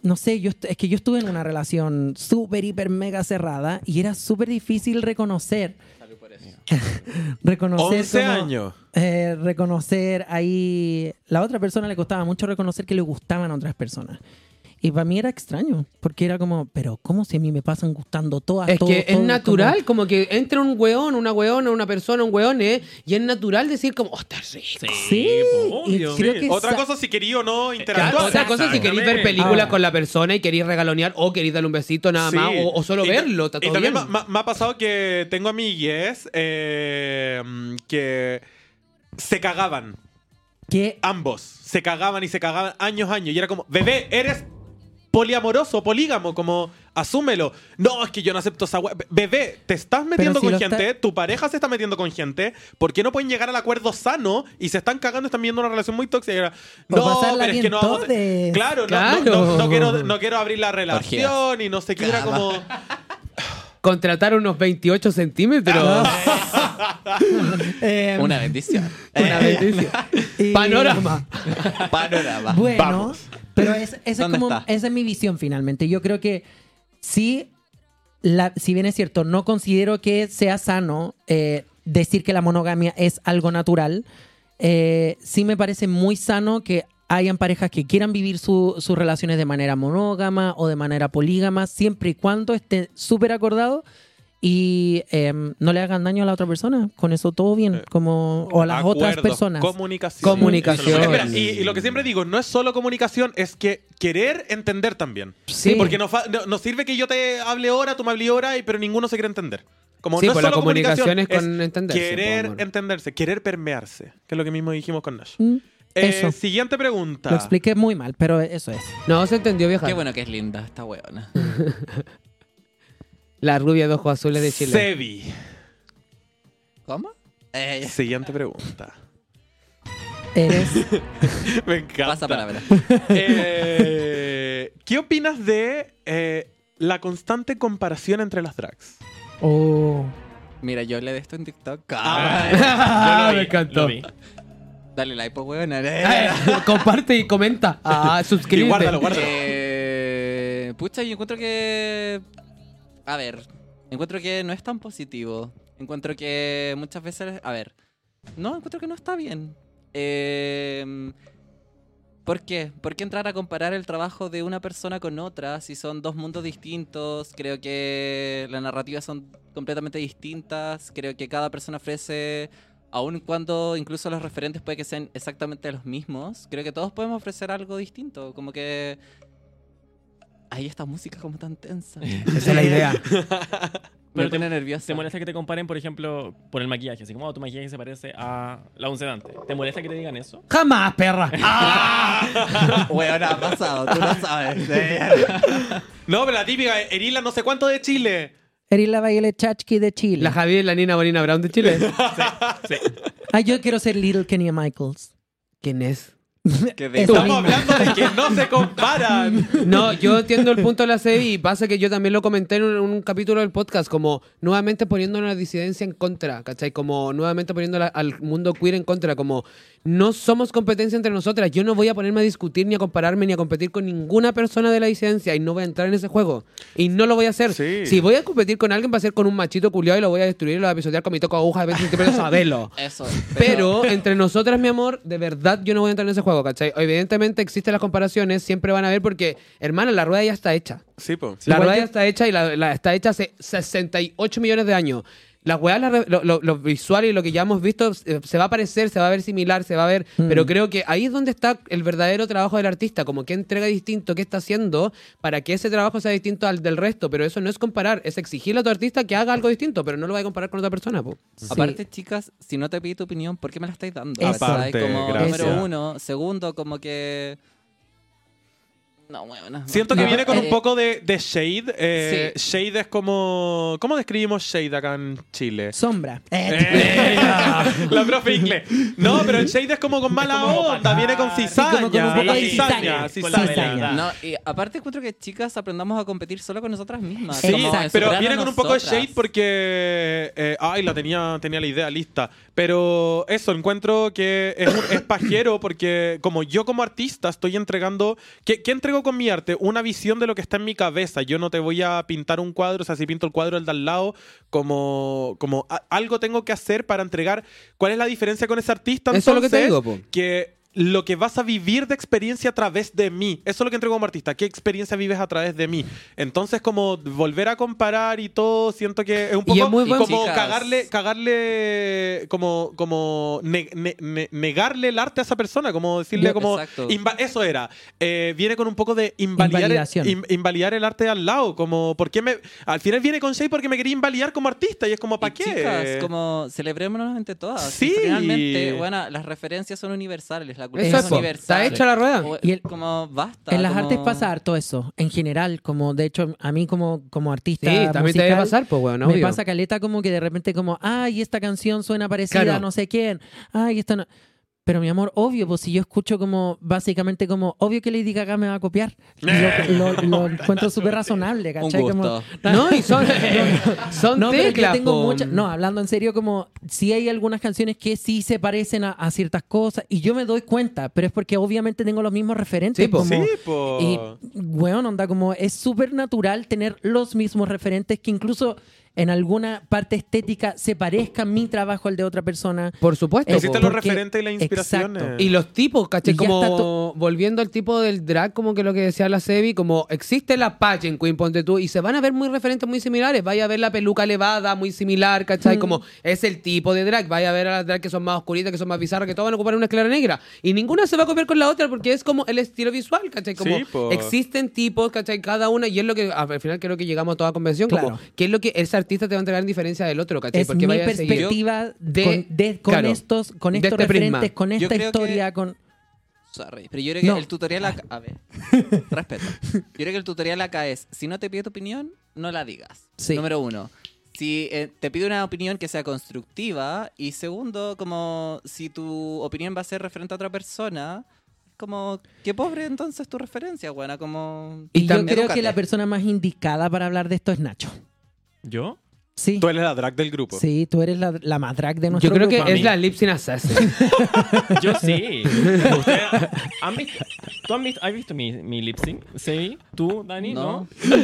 S3: No sé, yo est- es que yo estuve en una relación súper, hiper, mega cerrada y era súper difícil reconocer. reconocer
S1: 11
S3: como-
S1: años.
S3: eh, reconocer ahí. La otra persona le costaba mucho reconocer que le gustaban otras personas. Y para mí era extraño, porque era como, pero ¿cómo si a mí me pasan gustando todas?
S2: Es
S3: todo,
S2: que es
S3: todo?"
S2: natural, como... que entra un weón, una weona, una persona, un weón, ¿eh? Y es natural decir como, oh, está rico.
S4: Sí,
S3: Sí,
S4: po,
S3: y
S4: obvio.
S3: creo
S4: Sí.
S3: que
S1: Otra
S3: sa-
S1: cosa si quería o no interactuar.
S2: Claro, otra cosa es si queréis ver películas
S3: Ah.
S2: con la persona y queréis regalonear o queréis darle un besito nada
S1: Sí.
S2: más o, o solo
S1: Y ta-
S2: verlo, está
S1: y
S2: todo
S1: también
S2: bien.
S1: ma- ma- me ha pasado que tengo amigues eh, mm, que se cagaban.
S3: que
S1: Ambos. Se cagaban y se cagaban años, años. Y era como, bebé, eres poliamoroso, polígamo, como, asúmelo. No, es que yo no acepto esa wea. Be- Bebé, te estás metiendo
S3: si
S1: con
S3: lo
S1: gente,
S3: está-
S1: tu pareja se está metiendo con gente, ¿por qué no pueden llegar al acuerdo sano y se están cagando, están viviendo una relación muy tóxica? Y era,
S3: O
S1: no,
S3: pasarla
S1: pero es
S3: bien
S1: que no vamos a-
S3: todes.
S1: Claro, no-
S2: Claro.
S1: No, no- no quiero, no quiero abrir la relación y no sé qué. Era
S6: Cava.
S1: como...
S2: Contratar unos 28 centímetros.
S1: Ah.
S3: eh,
S6: Una em, bendición.
S2: Eh,
S3: Una bendición. Y-
S2: Panorama.
S6: Panorama.
S3: Bueno,
S1: Vamos.
S3: Pero es, esa, es
S6: ¿Dónde
S3: como,
S6: está?
S3: esa es mi visión finalmente. Yo creo que sí, la, si bien es cierto, no considero que sea sano eh, decir que la monogamia es algo natural, eh, sí me parece muy sano que hayan parejas que quieran vivir su- sus relaciones de manera monógama o de manera polígama, siempre y cuando esté súper acordado y em, no le hagan daño a la otra persona. Con eso todo bien,
S1: Eh,
S3: como, o a las otras
S1: Acuerdos,
S3: personas.
S1: Comunicación.
S3: Comunicación.
S1: Eso es lo que- Espera, y, y lo que siempre digo, no es solo comunicación, es que querer entender también.
S3: Sí.
S1: Porque no, fa- no- no sirve que yo te hable ahora, tú me hables ahora, y- pero ninguno se quiere entender. Como
S2: Sí,
S1: no es
S2: pues la
S1: solo
S2: comunicación es con entenderse,
S1: Querer
S3: pues,
S2: po, amor.
S1: entenderse, querer permearse, que es lo que mismo dijimos con Nash.
S3: Mm,
S1: Eh,
S3: Eso.
S1: Siguiente pregunta.
S3: Lo expliqué muy mal, pero eso es.
S2: No, se entendió, vieja.
S6: Qué bueno que es linda esta weona.
S2: La rubia de ojos azules de Chile.
S1: Sebi.
S6: ¿Cómo? Eh,
S1: Siguiente pregunta.
S3: Eres
S1: Me encanta.
S6: pasa palabra.
S1: Eh, ¿Qué opinas de eh, la constante comparación entre las drags?
S3: Oh.
S6: Mira, yo hablé de esto en TikTok.
S4: Yo lo vi,
S2: Ah, me encantó.
S4: lo vi.
S6: Dale like, pues, weona.
S2: Eh, comparte y comenta. Ah, suscríbete.
S1: Y guárdalo, guárdalo.
S6: Eh, pucha, yo encuentro que. A ver, encuentro que no es tan positivo. Encuentro que muchas veces. A ver, no, encuentro que no está bien. Eh, ¿Por qué? ¿Por qué entrar a comparar el trabajo de una persona con otra si son dos mundos distintos? Creo que las narrativas son completamente distintas. Creo que cada persona ofrece aun cuando incluso los referentes puede que sean exactamente los mismos, creo que todos podemos ofrecer algo distinto, como que ahí esta música como tan tensa.
S1: Eh.
S6: Me
S2: Esa es la idea.
S4: Pero te-
S6: pone nerviosa.
S4: ¿Te molesta que te comparen, por ejemplo, por el maquillaje? Así como, "Oh, tu maquillaje se parece a la once Dante. ¿Te molesta que te digan eso?
S2: Jamás, perra.
S6: Weona, ha pasado, tú no sabes. eh.
S1: No, pero la típica, Erila no sé cuánto de Chile.
S3: Eres la Violet Chachki de Chile.
S2: La Javier y la Nina Bonina Brown de Chile.
S3: Ay, yo quiero ser Little Kenya Michaels.
S2: ¿Quién es?
S6: Que de-
S3: Eso.
S1: Estamos
S3: mismo.
S1: hablando de que no se comparan.
S2: No, yo entiendo el punto de la serie y pasa que yo también lo comenté en un, un capítulo del podcast, como nuevamente poniendo la disidencia en contra, ¿cachai? Como nuevamente poniendo la- al mundo queer en contra, como no somos competencia entre nosotras, yo no voy a ponerme a discutir ni a compararme ni a competir con ninguna persona de la disidencia y no voy a entrar en ese juego y no lo voy a hacer.
S1: Sí.
S2: Si voy a competir con alguien va a ser con un machito culiado y lo voy a destruir y lo voy a pisotear con mi toco aguja, a veces pero sabelo.
S6: Eso.
S2: Pero entre nosotras, mi amor, de verdad yo no voy a entrar en ese juego, ¿cachai? Evidentemente existen las comparaciones, siempre van a haber porque, hermana, la rueda ya está hecha.
S1: Sí, po.
S2: La
S3: Igual
S2: rueda
S3: yo-
S2: ya está hecha y la, la- está hecha hace 68 millones de años. Las weas, las re- lo, lo- lo visual y lo que ya hemos visto eh, se va a parecer, se va a ver similar, se va a ver. Pero creo que ahí es donde está el verdadero trabajo del artista, como qué entrega distinto, qué está haciendo para que ese trabajo sea distinto al del resto. Pero eso no es comparar, es exigirle a tu artista que haga algo distinto, pero no lo va a comparar con otra persona, po.
S6: Aparte, chicas, si no te pedí tu opinión, ¿por qué me la estáis dando?
S3: Eso.
S6: ¿Cachai? como
S1: Aparte,
S6: número
S1: gracias.
S6: uno, segundo, como que no, weona.
S1: Siento que
S6: No,
S1: viene con un
S6: eh,
S1: poco de, de shade. Eh, Shade es como. ¿Cómo describimos shade acá en Chile?
S3: Sombra.
S1: Eh, la profe inglés. No, pero el shade es como con mala onda, viene con cizaña.
S3: como con un poco de
S1: cizaña,
S3: cizaña.
S1: cizaña.
S3: Con la verdad.
S6: No, y aparte encuentro que chicas aprendamos a competir solo con nosotras mismas.
S3: Sí,
S6: como
S3: exacto.
S6: superar
S1: Pero
S6: a
S1: viene con un poco de
S6: nosotras.
S1: shade porque. eh, ay, la tenía, tenía la idea lista. Pero eso, encuentro que es, un- es pajero porque, como yo como artista, estoy entregando. ¿qué, qué entrego con mi arte? Una visión de lo que está en mi cabeza. Yo no te voy a pintar un cuadro, o sea, si pinto el cuadro el de al lado, como, como a- algo tengo que hacer para entregar. ¿Cuál es la diferencia con ese artista?
S2: Eso es lo que te
S1: entonces?
S2: digo, po.
S1: que lo que vas a vivir de experiencia a través de mí. Eso es lo que entrego como artista. ¿Qué experiencia vives a través de mí? Entonces, como volver a comparar y todo, siento que es un poco
S2: es muy buen-
S1: como
S6: Chicas.
S1: cagarle, cagarle, como, como ne- ne- ne- negarle el arte a esa persona, como decirle
S6: Yo-
S1: como...
S6: exacto.
S1: inva- eso era. Eh, viene con un poco de invalidar,
S3: Invalidación.
S1: in- invalidar el arte de al lado, como, ¿por qué me...? Al final viene con Shay porque me quería invalidar como artista y es como,
S6: Y
S1: ¿para qué?
S6: Chicas, como celebrémonos entre todas.
S1: Sí.
S6: Realmente, bueno, las referencias son universales, la cultura
S2: Eso es,
S6: es
S2: po.
S6: universal.
S2: Está hecha la rueda.
S6: O-
S3: Y el-
S6: como basta.
S3: En las
S6: como-
S3: artes pasa harto eso, en general, como de hecho a mí como, como
S2: Sí,
S3: artista
S2: también te debe
S3: musical,
S2: pasar, pues, weón,
S3: me
S2: obvio.
S3: pasa caleta como que de repente como, ay, esta canción suena parecida
S2: Claro.
S3: a no sé quién, ay, esta no... Pero mi amor, obvio, pues si yo escucho como, básicamente como, obvio que Lady Gaga me va a copiar. Lo, lo- lo encuentro súper razonable,
S6: Un
S3: ¿cachai? Como-
S6: gusto.
S2: No, y son, son
S3: No, pero es que
S2: teclas,
S3: tengo
S2: po.
S3: mucha- No, hablando en serio, como sí hay algunas canciones que sí se parecen a, a ciertas cosas y yo me doy cuenta, pero es porque obviamente tengo los mismos referentes.
S2: Sí, po.
S3: como-
S1: Sí, po.
S3: Y, weón, onda, como es súper natural tener los mismos referentes que incluso en alguna parte estética se parezca mi trabajo al de otra persona.
S2: Por supuesto. po.
S1: Existen los
S3: porque-
S1: referentes y las inspiraciones.
S3: exacto.
S2: Y los tipos, ¿cachai?
S3: Y ya está
S2: Como
S3: to-
S2: volviendo al tipo del drag, como que lo que decía la Sebi, como existe la pageant queen, ponte tú, y se van a ver muy referentes muy similares. Vaya a ver la peluca elevada, muy similar, ¿cachai? Como es el tipo de drag. Vaya a ver a las drag que son más oscuritas, que son más bizarras, que todas van a ocupar una esclera negra. Y ninguna se va a copiar con la otra porque es como el estilo visual, ¿cachai? Como
S1: Sí, po.
S2: existen tipos, ¿cachai? Cada una, y es lo que al final creo que llegamos a toda convención, como
S3: Claro.
S2: qué es lo que ese artista te va a entregar en diferencia del otro, ¿cachai?
S3: es mi
S2: vaya a seguir-
S3: perspectiva
S2: de-
S3: de, con, de- con
S2: claro,
S3: estos, con
S2: de
S3: estos
S2: este prisma.
S3: referentes, con
S6: Yo
S3: esta
S6: creo que-
S3: historia, con...
S6: Sorry, pero yo creo que
S3: No.
S6: el tutorial acá. A ver, respeto. Yo creo que el tutorial acá es: si no te pide tu opinión, no la digas.
S3: Sí.
S6: Número uno. Si eh, te pide una opinión que sea constructiva. Y segundo, como si tu opinión va a ser referente a otra persona, como, qué pobre entonces tu referencia, buena, como.
S2: Y
S3: Y, yo
S2: también-
S3: creo que
S6: Edúcate.
S3: la persona más indicada para hablar de esto es Nacho.
S4: ¿Yo?
S3: Sí,
S1: Tú eres la drag del grupo.
S3: sí tú eres la, la más drag de
S2: Yo
S3: nuestro
S2: creo que
S3: grupo.
S2: es la Lipsin Assassin.
S4: Yo sí. Ustedes han visto- ¿Tú han visto, has visto mi, mi lip sync? Sí. ¿Tú, Dani? No.
S6: No.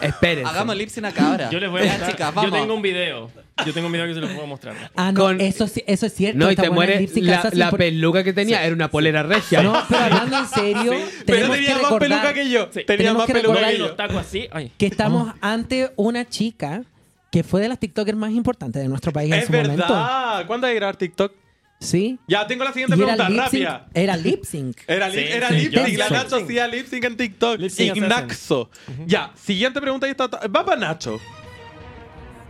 S2: Espérense.
S6: Hagamos lipsin acá ahora.
S4: Yo les voy a
S6: Ya,
S4: mostrar.
S6: chicas,
S4: yo
S6: vamos.
S4: tengo un video. Yo tengo un video que se los puedo mostrar.
S3: Ah, no,
S2: con-
S3: eso, sí- eso es cierto.
S2: No, y
S3: esta
S2: te
S3: buena
S2: muere
S3: Lipsy
S2: la,
S3: Kassassin
S2: la
S3: por-
S2: peluca que tenía.
S3: Sí.
S2: Era una polera regia.
S3: No, pero hablando en serio,
S1: Pero
S3: tenemos
S1: tenía
S3: que
S1: más
S3: recordar
S1: peluca que yo. Oh.
S4: Sí.
S1: Tenía
S3: Tenemos
S1: más
S3: que
S1: peluca
S3: recordar-
S1: que
S4: Yo
S1: yo.
S4: los tacos así. Ay.
S3: que estamos ante una chica que fue de las TikTokers más importantes de nuestro país en
S1: Es
S3: su momento.
S1: verdad. ¿cuándo hay que grabar TikTok?
S3: Sí.
S1: Ya, tengo la siguiente
S3: Y era
S1: pregunta,
S3: lip sync.
S1: rápida.
S3: Era lip sync.
S1: Era, lip-
S4: Sí,
S1: era
S4: sí,
S1: lip
S4: yo
S1: sync, la
S4: sí.
S1: Nacho hacía lip sync en TikTok.
S4: Lip sync assassin.
S1: Ignaxo. Ya, siguiente pregunta y está. Va para Nacho.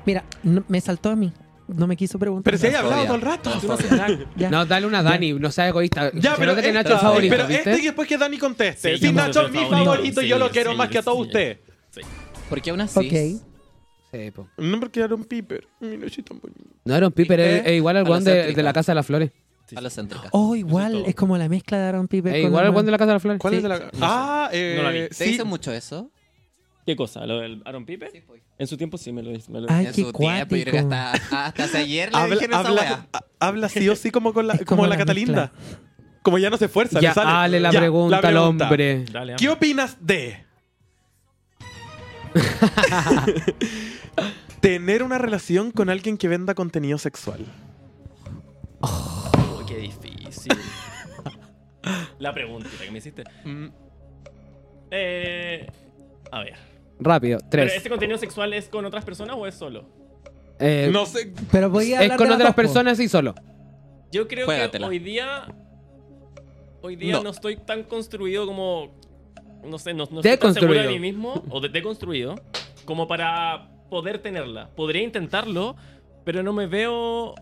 S3: Mira, no- me saltó a mí. No me quiso preguntar.
S1: Pero si hay
S6: Nacho
S1: hablado
S6: odia.
S1: todo el rato.
S6: Nacho odia.
S3: Ya.
S2: No, dale una a Dani, no seas egoísta.
S1: Ya,
S2: Se
S1: pero,
S2: nota que
S1: este,
S2: Nacho es
S1: pero
S2: favorito,
S1: este
S2: ¿viste?
S1: y después que Dani conteste.
S4: Sí,
S1: si
S4: yo
S1: Nacho
S4: creo
S1: es mi
S4: que favorito.
S1: favorito, yo
S4: Sí,
S1: lo quiero
S4: sí,
S1: más que a todos
S4: sí.
S1: ustedes.
S6: Porque aún así.
S3: Ok.
S2: Sí, po.
S1: No, porque era un piper. Mi noche tan bonito.
S2: No era un Piper,
S6: Piper
S2: es, es igual al
S6: a la
S2: guan de,
S6: céntrica.
S2: de la Casa de las Flores.
S6: A los céntricas.
S3: Oh,
S4: Eso es
S3: igual.
S4: todo.
S3: Es como la mezcla de Aaron Piper.
S2: Es
S3: con
S2: Eh, igual al
S3: Aaron-
S2: guan de la Casa de las Flores.
S1: ¿Cuál
S3: Sí.
S1: es de la.? Ah, eh.
S4: No la vi.
S6: ¿Te
S1: sí.
S6: hizo mucho eso?
S4: ¿Qué cosa? ¿Lo del Aaron Piper? En su tiempo sí me lo hizo. Me lo
S3: Ay,
S6: en
S3: qué
S6: su tiempo. Yo creo que
S3: cuático.
S6: hasta, hasta hace ayer le
S1: Habla,
S6: dijeron esa
S1: habla,
S6: wea.
S1: ha- habla sí o sí como, con la, como,
S3: Es como
S1: la
S3: la
S1: Catalinda. Como ya no se esfuerza.
S2: Ya,
S1: le sale.
S2: dale la
S1: Ya,
S2: pregunta al
S1: pregunta.
S2: hombre.
S4: Dale,
S1: ¿Qué
S4: amo.
S1: opinas de tener una relación con alguien que venda contenido sexual?
S4: Uy, qué difícil. La preguntita que me hiciste. Eh, a ver.
S2: Rápido,
S4: ¿Pero
S2: tres.
S4: este contenido sexual es con otras personas o es solo?
S2: Eh,
S1: No sé.
S3: Pero voy a
S2: es
S3: hablar
S2: con
S3: de las
S2: otras
S3: dos, po.
S2: personas y solo.
S4: Yo creo
S6: Juégatela.
S4: que hoy día. Hoy día
S6: No.
S4: no, estoy tan construido como. No sé, no, no estoy tan seguro de
S2: Deconstruido.
S4: mí mismo o de, deconstruido como para poder tenerla. Podría intentarlo, pero no me veo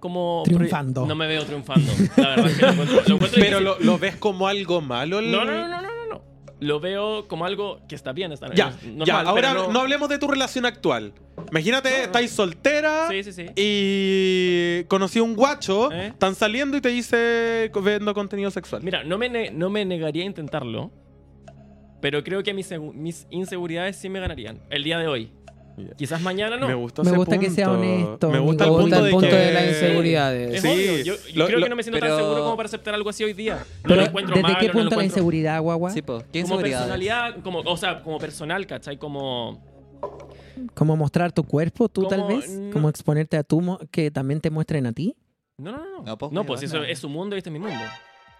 S4: como.
S3: Triunfando.
S4: No me veo triunfando. La verdad es que lo encuentro, lo encuentro
S1: Pero
S4: difícil.
S1: lo, lo ves como algo malo. el-
S4: Pues, No, no, no, no, no, no, no. Lo veo como algo que está bien. Está
S1: Ya,
S4: es normal,
S1: ya.
S4: pero
S1: Ahora
S4: no-
S1: no... hablemos de tu relación actual. Imagínate,
S4: No, no.
S1: estáis soltera
S4: Sí, sí, sí.
S1: y conocí a un guacho,
S4: ¿Eh?
S1: están saliendo y te dice vendo contenido sexual.
S4: Mira, no me, ne- no me negaría a intentarlo, pero creo que mis, segu- mis inseguridades sí me ganarían. El día de hoy.
S1: Ya.
S4: Quizás mañana no.
S1: Me gusta,
S3: Me
S1: ese
S3: gusta que sea
S1: punto.
S3: honesto,
S1: Me gusta el
S3: amigo.
S1: punto,
S2: Punto,
S1: de,
S2: punto
S1: que-
S2: de las inseguridades.
S4: Es
S1: Sí,
S4: obvio. Yo, yo
S1: lo-
S4: creo
S1: lo-
S4: que no me siento
S6: pero-
S4: tan seguro como para aceptar algo así hoy día. No
S3: Pero,
S4: lo encuentro
S3: ¿Desde
S4: malo,
S3: qué
S4: no lo
S3: punto la
S4: encuentro-
S3: inseguridad, guagua?
S6: Sí, po. ¿Qué
S4: Como
S6: inseguridades?
S4: personalidad, como, o sea, como personal, ¿cachai? Como...
S3: Como mostrar tu cuerpo, tú tal
S4: Como,
S3: vez.
S4: no-
S3: Como exponerte a tu mo- que también te muestren a ti.
S4: No, no, no. No,
S6: No,
S4: pues,
S6: pues,
S4: eso
S6: no.
S4: es su mundo y este es mi mundo.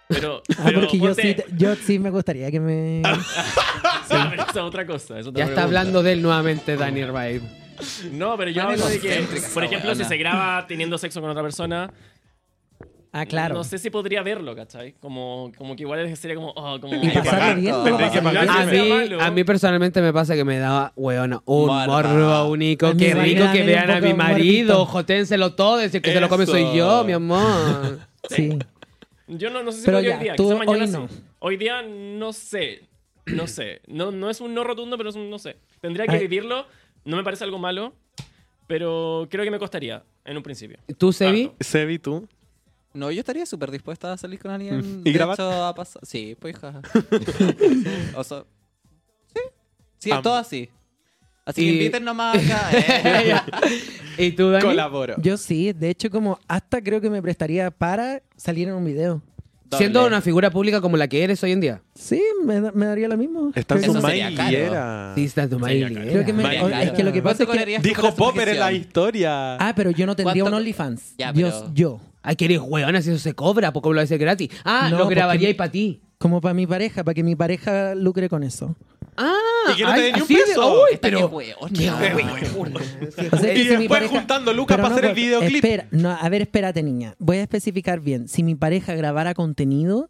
S4: Pero,
S3: Ah,
S4: pero
S3: porque yo
S4: ponte-
S3: sí, yo sí me gustaría que me.
S4: Ah, pero eso es otra cosa. es otra
S2: Ya está
S4: pregunta.
S2: hablando de él nuevamente, Dani Raib.
S4: No, pero yo
S6: Dani
S4: hablo de que,
S6: concéntrica,
S4: por
S6: esa
S4: ejemplo, si
S6: weona.
S4: se graba teniendo sexo con otra persona,
S3: Ah, claro.
S4: No sé si podría verlo, ¿cachai? Como, como que igual sería como. oh, como
S3: Y
S1: Hay que pagar.
S3: pasarlo bien, no lo
S1: Hay que
S3: pasarlo bien.
S1: pagar.
S2: A
S4: Que sea
S2: mí,
S4: malo.
S2: a mí personalmente me pasa que me daba, weona, un
S6: Morbo.
S2: morbo único.
S3: A mí
S2: Qué
S3: me
S2: rico
S3: da
S2: que
S3: medio
S2: vean
S3: un
S2: a mi
S3: poco
S2: marido.
S3: morbito.
S2: Joténselo todo. Decir que se lo come soy
S1: Eso.
S2: yo, mi amor.
S3: Sí.
S4: Yo no, no sé si
S3: Pero
S4: lo haría
S3: ya,
S4: hoy día.
S3: tú
S4: quizá mañana
S3: hoy
S4: sí.
S3: no.
S4: Hoy día no sé. No sé. No, no es un no rotundo, pero es un no sé. Tendría que
S3: Ay.
S4: vivirlo. No me parece algo malo, pero creo que me costaría en un principio.
S2: ¿Tú, Sebi?
S4: Harto.
S1: Sebi, tú.
S6: No, yo estaría súper dispuesta a salir con alguien.
S1: ¿Y
S6: de
S1: grabar?
S6: hecho, ha pasado- Sí, pues hija. Sí, o sea, sí. Sí,
S1: Am-
S6: todo así. Así que
S3: Y-
S6: inviten nomás acá. eh.
S3: ¿Y tú, Dani?
S1: Colaboro.
S3: Yo sí, de hecho, como hasta creo que me prestaría para salir en un video.
S2: Siendo
S6: Doble.
S2: una figura pública como la que eres hoy en día.
S3: Sí, me, da- me daría lo mismo.
S1: Está en
S3: Creo
S1: su
S6: Eso
S3: que-
S6: sería caro.
S1: maillera.
S2: Sí, estás tu
S4: Sería
S2: madre.
S4: caro.
S3: creo que me-
S6: Vaya,
S3: o-
S6: claro.
S3: es que lo que pasa
S6: ¿Cuánto
S3: es que...
S6: cobrarías tú por
S1: Dijo
S6: esa
S1: Popper en la
S6: sujeción?
S1: historia.
S3: Ah, pero yo no tendría un
S6: ¿Cuánto-
S3: OnlyFans.
S6: Ya,
S3: Yo,
S6: pero-
S3: yo.
S2: Ay, que eres huevona, si eso se cobra, porque lo haces gratis. Ah,
S3: No,
S2: lo grabaría
S3: porque-
S2: y para ti.
S3: Como para mi pareja, para que mi pareja lucre con eso.
S2: Ah,
S1: Y que no te
S2: ay,
S1: dé ni un
S2: así de-
S1: peso.
S2: Uy,
S6: Esta que
S2: pero.
S6: hueón,
S2: qué
S6: no.
S2: huevón.
S3: O sea,
S1: y
S3: que si mi
S1: después
S3: pareja-
S1: juntando lucas
S3: Pero
S1: para
S3: no,
S1: hacer el
S3: porque-
S1: videoclip.
S3: Espera, no, a ver, espérate, niña. Voy a especificar bien. Si mi pareja grabara contenido,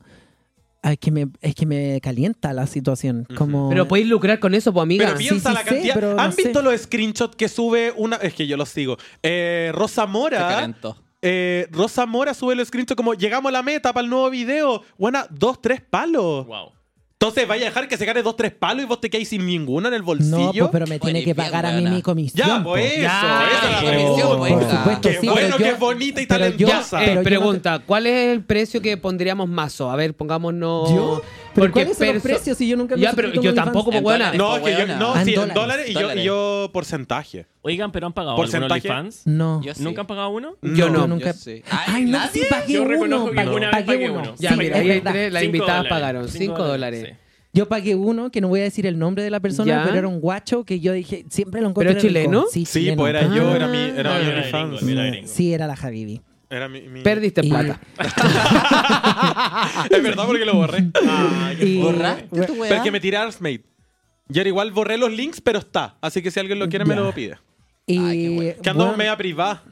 S3: ah, es que me, es que me calienta la situación. Como...
S2: Pero podéis lucrar con eso, pues, amiga.
S1: Pero
S3: sí,
S1: piensa
S3: sí
S1: la
S3: sé,
S1: cantidad.
S3: pero
S1: ¿Han
S3: no sé.
S1: visto los screenshots que sube una. Es que yo los sigo. Eh, Rosa
S6: Se
S1: Mora.
S6: calentó.
S1: eh, Rosa Mora sube los screenshots como llegamos a la meta para el nuevo video. Buena, dos, tres palos.
S4: Wow.
S1: Entonces vaya a dejar que se gane dos, tres palos y vos te quedáis sin ninguno en el
S3: No,
S1: bolsillo.
S3: pues, pero me tiene
S6: Oye,
S3: que
S6: bien,
S3: pagar a mí
S6: weona.
S3: mi comisión.
S1: Ya,
S3: po.
S1: pues eso.
S2: Ya,
S1: esa es la
S6: pues,
S1: pregunta.
S6: pues,
S3: Por
S6: Oiga.
S3: supuesto,
S1: Qué
S3: sí,
S1: bueno
S3: pero yo-
S1: que es bonita y
S3: pero yo-
S1: talentosa.
S2: Eh,
S3: pero yo no te-
S2: pregunta, ¿cuál es el precio que pondríamos mazo? A ver, pongámonos.
S3: ¿Yo? ¿Pero
S2: Porque
S3: cuáles son los
S2: perso-
S3: precios si yo nunca me
S2: Ya, pero
S3: suscrito a
S2: yo
S3: OnlyFans?
S2: tampoco, pues,
S6: En
S2: buena.
S6: dólares.
S1: no,
S6: po,
S1: que yo,
S6: weona.
S1: no,
S3: Ah, en
S1: sí, en
S3: dólares.
S1: dólares, y yo- y
S6: Dólares.
S1: yo porcentaje.
S4: Oigan, pero han pagado algún
S1: ¿Porcentaje?
S4: OnlyFans.
S3: No.
S6: Yo sí.
S4: ¿Nunca han pagado uno?
S2: Yo no.
S3: nunca.
S6: Yo sí.
S3: Ay,
S6: Ay,
S3: no,
S6: ¿nadie?
S3: sí pagué
S4: Yo reconozco
S3: uno.
S4: que alguna vez pagué uno.
S2: Ya,
S3: Sí,
S2: mira,
S3: es
S2: ahí hay
S3: verdad.
S2: tres, las
S4: Cinco
S2: invitadas
S4: dólares,
S2: pagaron 5 dólares.
S3: Yo pagué uno, que no voy a decir el nombre de la persona,
S2: Ya.
S3: pero era un guacho que yo dije, siempre lo encontré
S2: ¿Pero
S3: rico.
S2: chileno?
S3: Sí,
S1: Sí,
S3: chileno.
S1: pues era
S3: Ah.
S1: yo, era mi, era
S4: Ah,
S1: mi
S4: era
S1: OnlyFans.
S4: gringo, era gringo.
S3: Sí, era la Javibi.
S1: Era mi- mi-
S2: Perdiste
S3: Y-
S2: plata.
S1: Es verdad porque lo borré. Ah,
S3: Y-
S6: ¿Borraste tu
S1: Pero es
S6: weá?
S1: que me tiré Artsmate. Yo ahora igual borré los links, pero está. Así que si alguien lo quiere, me
S3: Ya.
S1: lo pide.
S3: Y,
S6: Ay, qué bueno.
S1: Que ando
S3: bueno,
S1: media privada.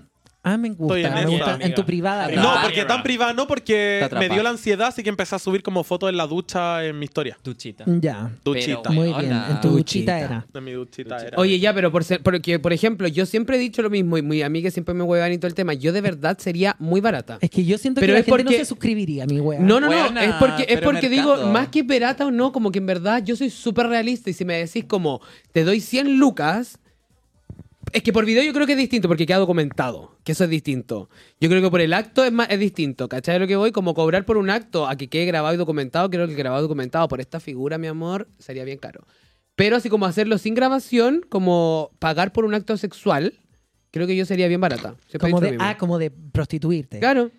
S3: Ah, me gusta,
S1: Estoy en
S3: me
S1: esa,
S3: gusta.
S4: amiga.
S3: En tu privada.
S6: Está
S1: No,
S6: atrapada.
S1: porque tan privada no, porque
S6: Está
S1: me dio
S6: atrapada.
S1: la ansiedad, así que empecé a subir como fotos en la ducha en mi historia.
S6: Duchita.
S3: Ya.
S1: Duchita.
S6: Pero,
S3: Muy
S6: Hola.
S3: bien. En tu duchita
S2: Duchita.
S3: era.
S1: En mi duchita era.
S2: Oye, ya, pero por ser, porque, por ejemplo, yo siempre he dicho lo mismo y mi amiga siempre me huevan y todo el tema. Yo de verdad sería muy barata.
S3: Es que yo siento
S2: Pero
S3: que la
S2: es
S3: gente no
S2: porque-
S3: se suscribiría, mi wea.
S2: No, no, no.
S6: Buena,
S2: Es porque, es
S6: pero
S2: porque digo,
S6: mercado.
S2: más que barata o no, como que en verdad yo soy súper realista. Y si me decís como, te doy 100 lucas, es que por video yo creo que es distinto, porque queda documentado, que eso es distinto. Yo creo que por el acto es más, es distinto, ¿cachai? Lo que voy, como cobrar por un acto a que quede grabado y documentado, creo que grabado y documentado por esta figura, mi amor, sería bien caro. Pero así como hacerlo sin grabación, como pagar por un acto sexual, creo que yo sería bien barata. Siempre he
S3: Como
S2: dicho lo
S3: de,
S2: mismo.
S3: ah, como de prostituirte.
S2: Claro.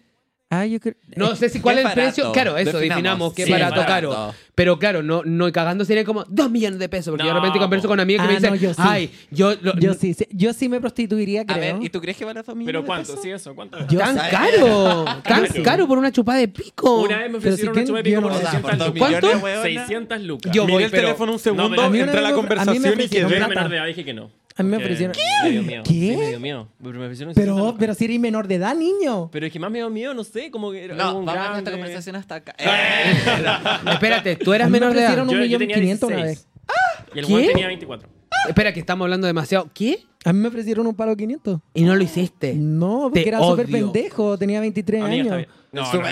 S3: Ah, yo creo.
S2: No sé si cuál
S6: Qué
S2: es el
S6: barato.
S2: precio. Claro, eso,
S6: Definamos.
S2: definamos, qué
S6: Sí,
S2: barato,
S6: barato.
S2: caro. Pero claro, no, no y cagando sería como dos millones de pesos. Porque yo de repente
S4: No,
S2: converso
S4: po.
S2: con amigos que me
S3: Ah,
S2: dicen,
S3: no, yo sí.
S2: ay, yo, lo-
S3: Yo sí, sí, yo sí me prostituiría,
S6: A
S3: creo.
S6: ver, ¿y tú crees que vale a familia?
S4: ¿Pero cuánto? ¿Sí eso? ¿Cuánto?
S3: Yo-
S2: tan caro, tan caro por una chupada de pico.
S4: Una vez me
S3: Pero
S4: ofrecieron
S3: si
S4: una chupa de
S3: tiene- yo
S4: pico por
S3: no-
S6: O sea, por
S4: 600 lucas.
S6: dos millones,
S4: ¿Cuánto?
S6: weona.
S4: 600 lucas.
S2: Yo
S1: Miré
S2: voy,
S1: el
S2: pero-
S1: teléfono un
S4: No,
S1: segundo,
S4: pero- A mí
S3: una
S1: entré a la
S3: vez me- a mí me
S1: conversación y
S3: ofrecieron
S1: quedé.
S4: Yo
S3: plata.
S4: era menor de edad dije que no.
S3: A mí me
S4: Porque
S3: ofrecieron-
S4: Me dio miedo.
S3: ¿Qué?
S4: Sí, me dio miedo. Pero me ofrecieron 600
S3: Pero,
S4: lucas.
S3: pero si eres menor de edad, niño.
S4: Pero es que más me dio miedo, no sé, como que era
S6: No,
S4: un
S6: vamos a dejar
S4: grande. Eh,
S6: esta conversación hasta acá.
S2: Espérate, tú
S3: A
S2: eras
S3: mí me
S2: menor de edad.
S3: ofrecieron un
S4: Yo, yo
S3: millón
S4: tenía
S3: quinientos una
S4: 16. Y el
S2: ¿Qué?
S4: Juan tenía 24.
S2: Espera, que estamos hablando demasiado. ¿Qué? Este,
S3: A mí me ofrecieron un palo 500.
S2: Y no lo hiciste.
S3: No, porque
S2: Te
S3: era súper
S2: odio.
S3: pendejo. Tenía 23
S4: Amiga, está bien.
S3: años.
S4: No, no, no, yo lo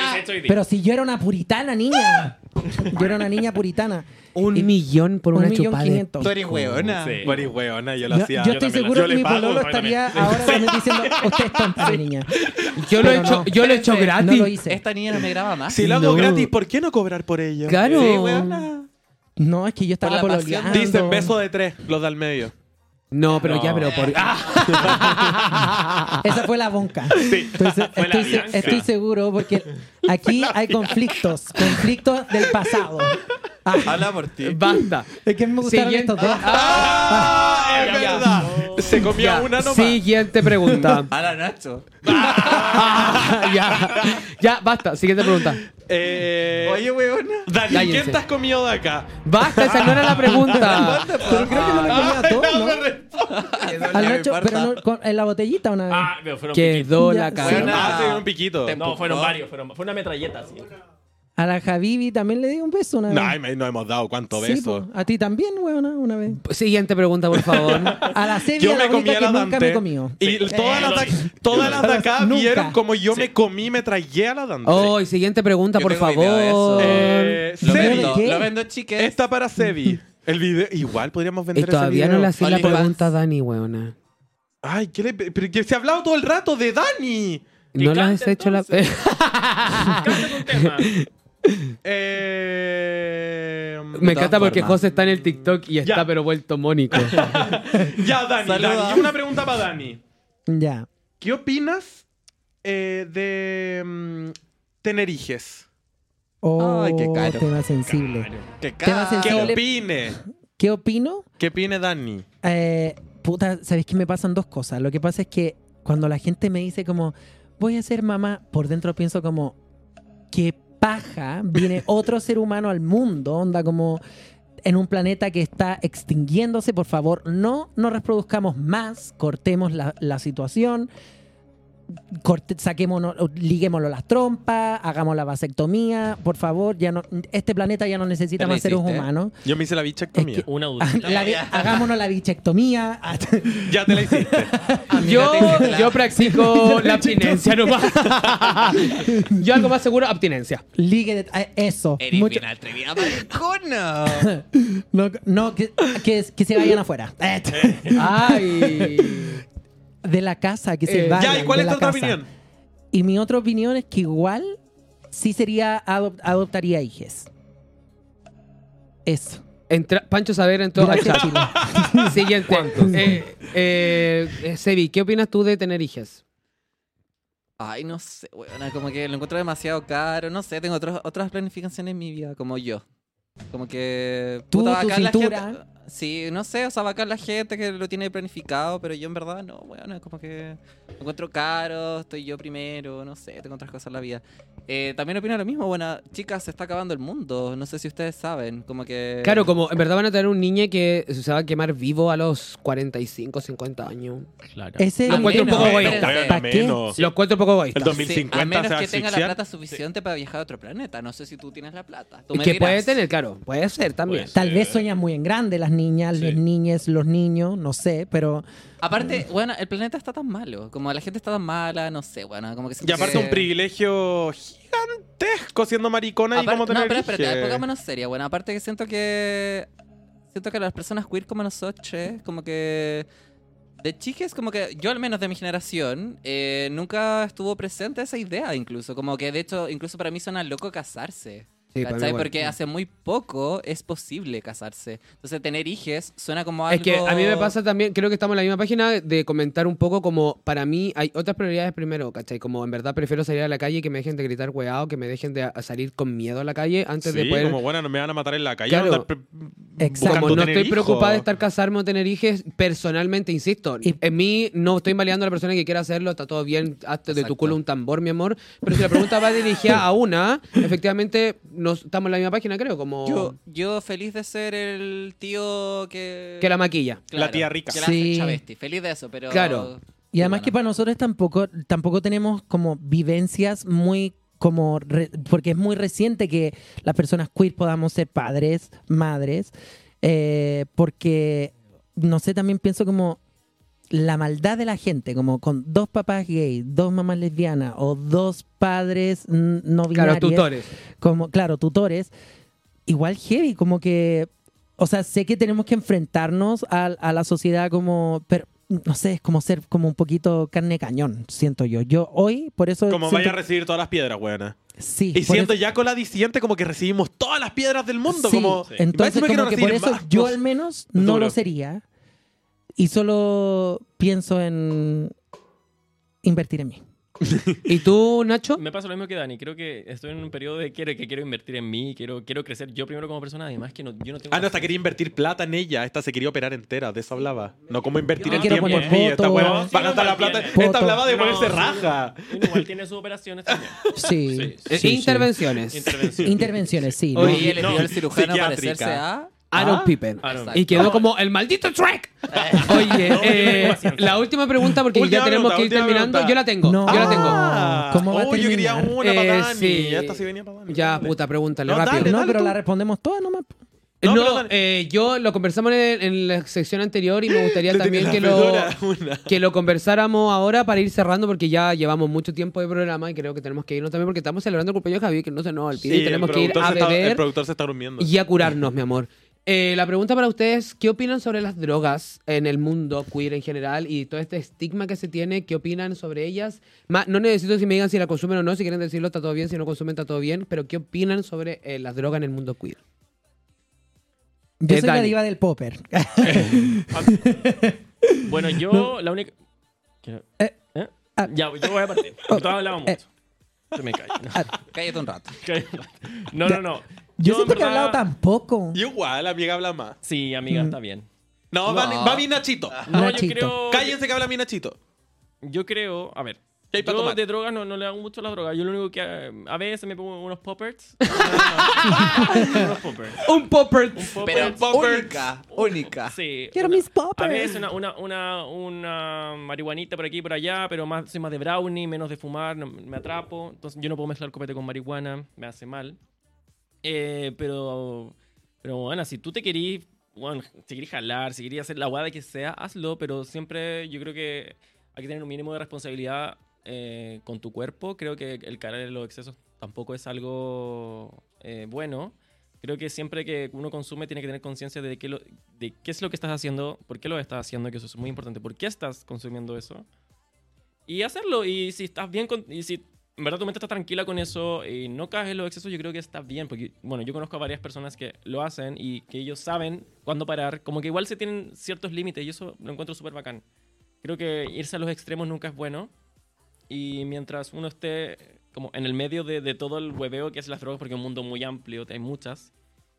S4: hubiese hecho hoy día.
S3: Pero si yo era una puritana, niña. Yo era una niña puritana.
S2: Un
S3: Y-
S2: millón por
S3: un
S2: una
S3: millón
S2: chupada de
S3: quinientos.
S6: Tú eres
S3: ah,
S6: hueona.
S4: Sí.
S1: Bueno, y weona, yo lo
S3: Yo,
S1: hacía.
S3: yo estoy
S4: también la-
S3: seguro
S4: yo
S3: que
S4: le
S3: mi
S4: pago,
S3: pololo
S4: yo también.
S3: estaría
S4: Sí.
S3: ahora también diciendo, usted es tonta, niña.
S2: Yo lo he
S3: Pero
S2: hecho,
S3: no.
S2: yo lo he hecho
S6: Espérense,
S2: gratis.
S3: No lo hice.
S6: Esta niña no me graba más.
S1: Si lo hago
S2: No.
S1: gratis, ¿por qué no cobrar por ello?
S2: Claro.
S6: Sí, weona.
S3: No, es que yo estaba
S6: Por la pasión.
S3: pololeando.
S1: Dicen beso de tres, los del medio.
S2: No, pero
S4: No.
S2: ya, pero por. ¡Ah!
S3: Esa fue la bonca. Estoy, se-
S4: Fue la
S3: estoy se-
S4: Bianca.
S3: estoy seguro porque aquí hay conflictos. Conflictos del pasado. Ah,
S6: Habla por ti.
S2: Basta.
S3: es que me gustaron
S2: Siguiente.
S3: estos dos.
S1: ¡Ah! Es verdad. Se comió
S2: Ya,
S1: una nomás.
S2: Siguiente pregunta. Ah,
S6: Habla Nacho.
S2: ya, ya, basta. Siguiente pregunta.
S1: Eh,
S6: Oye, huevona.
S1: Dani, ¿qué
S2: cállense.
S1: te has comido de acá?
S2: Basta, esa no era la pregunta.
S3: Pero creo que no lo comía
S4: ah,
S3: a todos, Ah, ¿no? Al Nacho, pero no, con- en la botellita una vez.
S4: Ah, pero fueron piquitos.
S2: Quedó la
S3: Ya,
S2: cara.
S6: Bueno.
S1: Ah, sí, un piquito.
S6: Te-
S4: No, fueron varios. Fueron, fue una metralleta, sí.
S3: A la Javibi también le di un beso una vez.
S1: No, ay, me- no hemos dado cuánto
S3: Sí,
S1: beso.
S3: po. a ti también, weona, una vez.
S2: Siguiente pregunta, por favor.
S3: A la Sebi,
S1: Yo
S3: a pues, la
S1: me comí
S3: única
S1: a
S3: que
S1: la
S3: nunca me
S1: Dante.
S3: comió.
S1: Y todas las, de- todas las de acá
S3: Nunca.
S1: vieron como yo me comí, me tragué a la Dante.
S2: Oh, y siguiente pregunta,
S6: Yo
S2: por
S6: tengo video de eso.
S2: favor.
S1: Eh,
S6: Lo
S1: Sebi,
S6: vendo,
S3: ¿Qué?
S6: lo vendo, chiques.
S1: esta para Sebi. El video, igual podríamos
S2: Y
S1: vender ese
S2: todavía
S1: video.
S2: no le hacía la
S6: OnlyFans.
S2: pregunta a Dani, weona.
S1: Ay, ¿qué le, pero que se ha hablado todo el rato de Dani.
S2: No las has
S4: cante,
S2: hecho la.
S4: entonces.
S3: Ah.
S4: Canta un tema.
S1: Eh, mm,
S2: Me encanta
S6: todas
S2: porque
S6: formas.
S2: José está en el TikTok y está
S1: Ya.
S2: pero vuelto mónico.
S1: ya, Dani,
S6: Saluda.
S1: Dani. Yo una pregunta para Dani.
S3: Ya.
S1: ¿Qué opinas eh, de mm, Teneriges?
S3: Oh,
S6: Ay, qué caro.
S3: tema sensible.
S1: ¿Qué,
S3: Tema sensible.
S1: opine?
S3: ¿Qué opino?
S1: ¿Qué opine Dani?
S3: Eh, puta, ¿sabéis que me pasan dos cosas? Lo que pasa es que cuando la gente me dice como, voy a ser mamá, por dentro pienso como, qué paja, viene otro ser humano al mundo, onda como en un planeta que está extinguiéndose, por favor, no nos reproduzcamos más, cortemos la, la situación, corte, saquémonos, liguémoslo las trompas, hagamos la vasectomía, por favor, ya no, este planeta ya no necesita
S6: ¿Te la
S3: más seres
S6: hiciste?
S3: humanos.
S1: Yo me hice la bichectomía.
S3: Es que-
S4: Una adulta.
S3: Ah, La vi- hagámonos la bichectomía.
S1: Ya te la hiciste.
S2: yo,
S6: Amiga,
S2: yo practico la abstinencia nomás. yo algo más seguro, abstinencia.
S3: Ligue de- eh, Eso.
S6: Eres
S3: Mucho-
S6: bien atrevida, maricona.
S3: no, no, que, que- que se vayan afuera. Eh,
S2: Ay.
S3: De la casa, que se
S2: Eh,
S3: vayan.
S1: ya, ¿y cuál
S3: de
S1: es
S3: la
S1: tu otra
S3: casa.
S1: opinión?
S3: Y mi otra opinión es que igual sí sería adop- adoptaría hijes. Eso.
S2: Entra- Pancho Saavedra entró a
S3: Gracias,
S2: chat.
S3: Chile.
S2: Siguiente. Eh, eh, eh, Sebi, ¿qué opinas tú de tener hijas?
S6: Ay, no sé, weona, como que lo encuentro demasiado caro, no sé, tengo otros, otras planificaciones en mi vida, como yo. Como que...
S3: Tú, tu
S6: bacán la
S3: cintura.
S6: gente- sí, no sé, o sea, bacán la gente que lo tiene planificado, pero yo en verdad no, bueno, como que lo encuentro caro, estoy yo primero, no sé, tengo otras cosas en la vida. Eh, también opino lo mismo, bueno, chicas, se está acabando el mundo, no sé si ustedes saben, como
S1: Eh.
S6: que...
S2: Claro, como en verdad van a tener un niño que se va a quemar vivo a los 45, 50 años.
S4: Claro.
S3: Ese
S6: Lo
S2: encuentro un poco
S6: espérense.
S2: egoísta.
S1: Bueno,
S3: ¿Para qué?
S1: menos.
S2: Lo encuentro un poco
S1: Oh. El
S2: egoísta.
S1: 2050
S6: Sí, a menos
S1: se va a
S6: que tenga la
S1: asfixiar.
S6: plata suficiente para viajar a otro planeta, no sé si tú tienes la plata. Tú me
S2: Que puede
S6: dirás.
S2: tener, claro, puede ser también.
S4: Puede ser.
S3: Tal vez sueñan muy en grande las niñas,
S4: Sí.
S3: los niñes, los niños, no sé, pero
S6: Aparte, bueno, el planeta está tan malo. Como la gente está tan mala, no sé, bueno, como que
S1: Y
S6: siento
S1: aparte
S6: que-
S1: un privilegio gigantesco siendo maricona y
S6: Aparte-
S1: como tener
S6: No, pero espérate,
S1: dije.
S6: pongámonos seria, bueno. Aparte que siento que. Siento que las personas queer como nosotros, como que. De chiques, como que yo al menos de mi generación, eh, nunca estuvo presente esa idea incluso. Como que de hecho, incluso para mí suena loco casarse.
S2: Sí, para mí
S6: ¿Cachai?
S2: igual.
S6: Porque hace muy poco es posible casarse. Entonces tener hijes suena como algo...
S2: Es que a mí me pasa también, creo que estamos en la misma página, de comentar un poco como para mí hay otras prioridades primero, ¿cachai? Como en verdad prefiero salir a la calle y que me dejen de gritar weado, que me dejen de a- salir con miedo a la calle antes de
S1: Sí,
S2: poder...
S1: como bueno, no me van a matar en la calle.
S2: Claro.
S1: no estar pre- mm,
S3: Exacto.
S1: buscando
S2: Como no
S1: tener
S2: estoy
S1: hijos.
S2: preocupada de estar casarme o tener hijos, personalmente, insisto,
S3: Y-
S2: en mí no estoy maleando a la persona que quiera hacerlo, está todo bien, hazte de tu
S6: Exacto.
S2: culo un tambor, mi amor. Pero si la pregunta va dirigida a una, efectivamente nos, estamos en la misma página, creo, como
S6: Yo, yo feliz de ser el tío que...
S2: que la maquilla.
S1: La tía rica.
S6: que la hace
S3: Sí.
S6: Chavesti. Feliz de eso, pero...
S2: Claro.
S3: Y además
S6: bueno.
S3: que para nosotros tampoco, tampoco tenemos como vivencias muy como re- porque es muy reciente que las personas queer podamos ser padres, madres, eh, porque no sé, también pienso como la maldad de la gente, como con dos papás gay, dos mamás lesbianas o dos padres mm, no binarios,
S2: Claro, tutores.
S3: como claro, tutores, igual heavy, como que o sea, sé que tenemos que enfrentarnos a, a la sociedad como, pero no sé, es como ser como un poquito carne de cañón, siento yo. Yo hoy, por eso...
S1: Como
S3: siento-
S1: vaya a recibir todas las piedras, buena.
S3: Sí,
S1: Y
S3: por
S1: siento
S3: eso-
S1: ya con la disidente como que recibimos todas las piedras del mundo.
S3: sí,
S1: Como,
S3: Entonces,
S1: Imagínate
S3: como que por
S1: reciben
S3: eso
S1: más, pues,
S3: yo
S1: no
S3: al menos no
S1: Duro.
S3: lo sería. Y solo pienso en invertir en mí.
S2: ¿Y tú, Nacho?
S4: Me pasa lo mismo que Dani. Creo que estoy en un periodo de quiero, que quiero invertir en mí, quiero, quiero crecer yo primero como persona. Además que no, yo no tengo...
S1: Ah, no, esta quería invertir plata en ella. Esta se quería operar entera, de eso hablaba. No, como invertir
S2: Ah,
S4: Yo
S1: en
S4: quiero
S1: tiempo en
S4: poner
S1: mí. Esta
S3: voto.
S1: weá
S4: Sí,
S1: para gastar la
S4: igual
S1: plata.
S4: tiene.
S1: Esta hablaba de
S4: No,
S1: ponerse
S4: sí,
S1: raja.
S4: Uno igual tiene sus operaciones también.
S3: Sí.
S4: Sí,
S2: Eh,
S3: sí, sí.
S2: intervenciones.
S4: Intervención.
S3: Intervenciones, sí. ¿no?
S6: Oye, le
S1: no,
S6: pidió al cirujano
S1: psiquiátrica.
S6: parecerse a...
S2: Aaron
S1: Ah,
S2: Pippen.
S4: Aaron.
S2: Y quedó como el maldito Shrek. Oye,
S4: No,
S2: eh,
S4: no, no, no.
S2: la última pregunta porque
S1: Última
S2: ya tenemos
S1: pregunta,
S2: que ir
S1: última
S2: terminando.
S1: pregunta.
S2: Yo la tengo.
S3: No.
S2: Yo la tengo.
S1: Ah,
S3: ¿Cómo va a
S1: oh, yo quería
S3: terminar?
S1: una para
S2: Eh,
S1: Dani.
S2: sí.
S1: Esta sí venía para Dani.
S2: Ya,
S1: Dale.
S2: puta, pregúntale
S1: No,
S2: rápido.
S1: dale,
S3: no,
S1: dale
S3: pero
S1: tú.
S3: la respondemos todas nomás.
S1: No,
S2: No,
S1: pero dale.
S2: eh, yo lo conversamos en, en la sección anterior y me gustaría
S1: Le
S2: también
S1: tenía
S2: que
S1: la
S2: lo,
S1: fedora, una.
S2: que lo conversáramos ahora para ir cerrando porque ya llevamos mucho tiempo de programa y creo que tenemos que irnos también porque estamos celebrando el cumpleaños de Javi, que no se nos olvide
S1: Sí,
S2: y tenemos
S1: el
S2: que ir
S1: productor
S2: a
S1: se está- el
S2: beber
S1: productor se está durmiendo.
S2: y a curarnos, mi amor. Eh, la pregunta para ustedes, ¿qué opinan sobre las drogas en el mundo queer en general y todo este estigma que se tiene? ¿Qué opinan sobre ellas? Ma- no necesito si me digan si la consumen o no, si quieren decirlo está todo bien, si no consumen está todo bien, pero ¿qué opinan sobre eh, las drogas en el mundo queer?
S3: Yo
S2: Es
S3: soy la
S2: Dani.
S3: diva del popper.
S4: Bueno, yo la única. que-
S3: Eh,
S4: ¿Eh?
S3: ah.
S4: ya, yo voy a partir. Todos hablábamos
S3: eh. Ah,
S4: mucho. Se me cae. No,
S6: Cállate un rato.
S4: cae. no, no. no.
S3: Yo,
S4: en
S3: siento que he
S4: verdad-
S3: hablado tampoco.
S1: Y igual, amiga habla más.
S4: Sí, amiga,
S3: Mm. Ah,
S4: está bien.
S1: No, Va,
S6: No.
S1: va mi Nachito.
S4: No,
S3: Nachito.
S4: yo creo.
S1: Cállense que habla mi Nachito.
S4: Yo creo. A ver.
S1: ¿Qué hay para
S4: Yo
S1: tomar?
S4: de drogas no, no le hago mucho a las drogas. Yo lo único que. eh, A veces me pongo unos poppers. unos poppers.
S2: Un popper.
S4: Un popper.
S6: Pero
S1: Popper.
S6: única, única.
S4: Sí.
S3: Quiero
S4: una-
S3: mis
S4: A veces
S3: poppers.
S4: una, una, una, una marihuanita por aquí y por allá, pero más, soy más de brownie, menos de fumar, no- me atrapo. Entonces yo no puedo mezclar copete con marihuana, me hace mal. Eh, pero, pero Ana, si tú te querís, bueno, si querís jalar, si querís hacer la guada que sea, hazlo, pero siempre yo creo que hay que tener un mínimo de responsabilidad eh, con tu cuerpo. Creo que el caer en los excesos tampoco es algo eh, bueno. Creo que siempre que uno consume tiene que tener conciencia de, qué lo- de qué es lo que estás haciendo, por qué lo estás haciendo, que eso es muy importante, por qué estás consumiendo eso. Y hacerlo, y si estás bien, con- y si en verdad tu mente está tranquila con eso y no caes en los excesos, yo creo que está bien, porque bueno, yo conozco a varias personas que lo hacen y que ellos saben cuándo parar, como que igual se tienen ciertos límites y eso lo encuentro súper bacán. Creo que irse a los extremos nunca es bueno y mientras uno esté como en el medio de, de todo el hueveo que es las drogas, porque es un mundo muy amplio, hay muchas,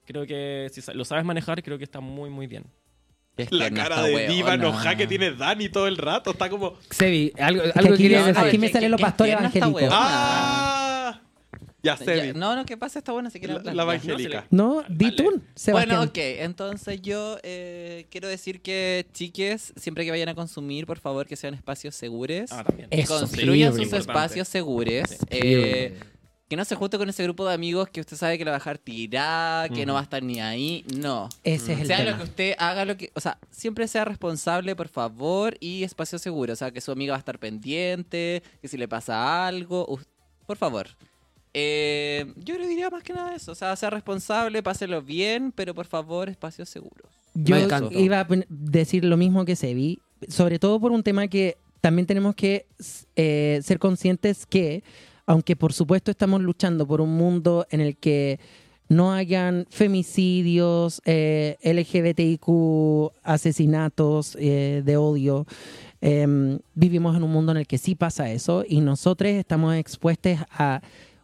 S4: creo que si sa- lo sabes manejar, creo que está muy, muy bien.
S1: La
S6: Este,
S1: cara de diva enojada que tiene Dani todo el rato. Está como...
S2: Sebi, algo,
S3: Que
S2: algo
S3: aquí
S2: querías
S3: viene-
S2: decir.
S3: aquí me sale lo pastor evangélico.
S1: ¡Ah! Ya sé.
S6: No, no, ¿qué pasa? Está buena, así que
S1: La,
S6: plan-
S1: la
S6: ya, no,
S1: evangélica.
S3: No, di
S4: Vale.
S3: tú, Sebastián.
S6: Bueno, ok, entonces yo eh, quiero decir que chiques, siempre que vayan a consumir, por favor, que sean espacios seguros.
S4: Ah, también.
S3: Eh, Eso,
S6: construyan
S3: sí,
S6: sus
S4: importante.
S6: espacios seguros.
S4: Sí.
S6: eh, que no se junte con ese grupo de amigos que usted sabe que lo va a dejar tirada, que no
S4: Ujú.
S6: va a estar ni ahí. No.
S3: Ese es el
S6: sea
S3: tema.
S6: lo que usted haga, lo que. O sea, siempre sea responsable, por favor, y espacio seguro. O sea, que su amiga va a estar pendiente, que si le pasa algo. us- por favor. Eh, yo le diría más que nada eso. O sea, sea responsable, páselo bien, pero por favor, espacios seguros.
S3: Yo
S2: Me encantó.
S3: iba a pen- decir lo mismo que Sebi, sobre todo por un tema que también tenemos que s- eh, ser conscientes que, aunque por supuesto estamos luchando por un mundo en el que no hayan femicidios, eh, LGBTIQ, asesinatos eh, de odio, em, vivimos en un mundo en el que sí pasa eso y nosotros estamos expuestos a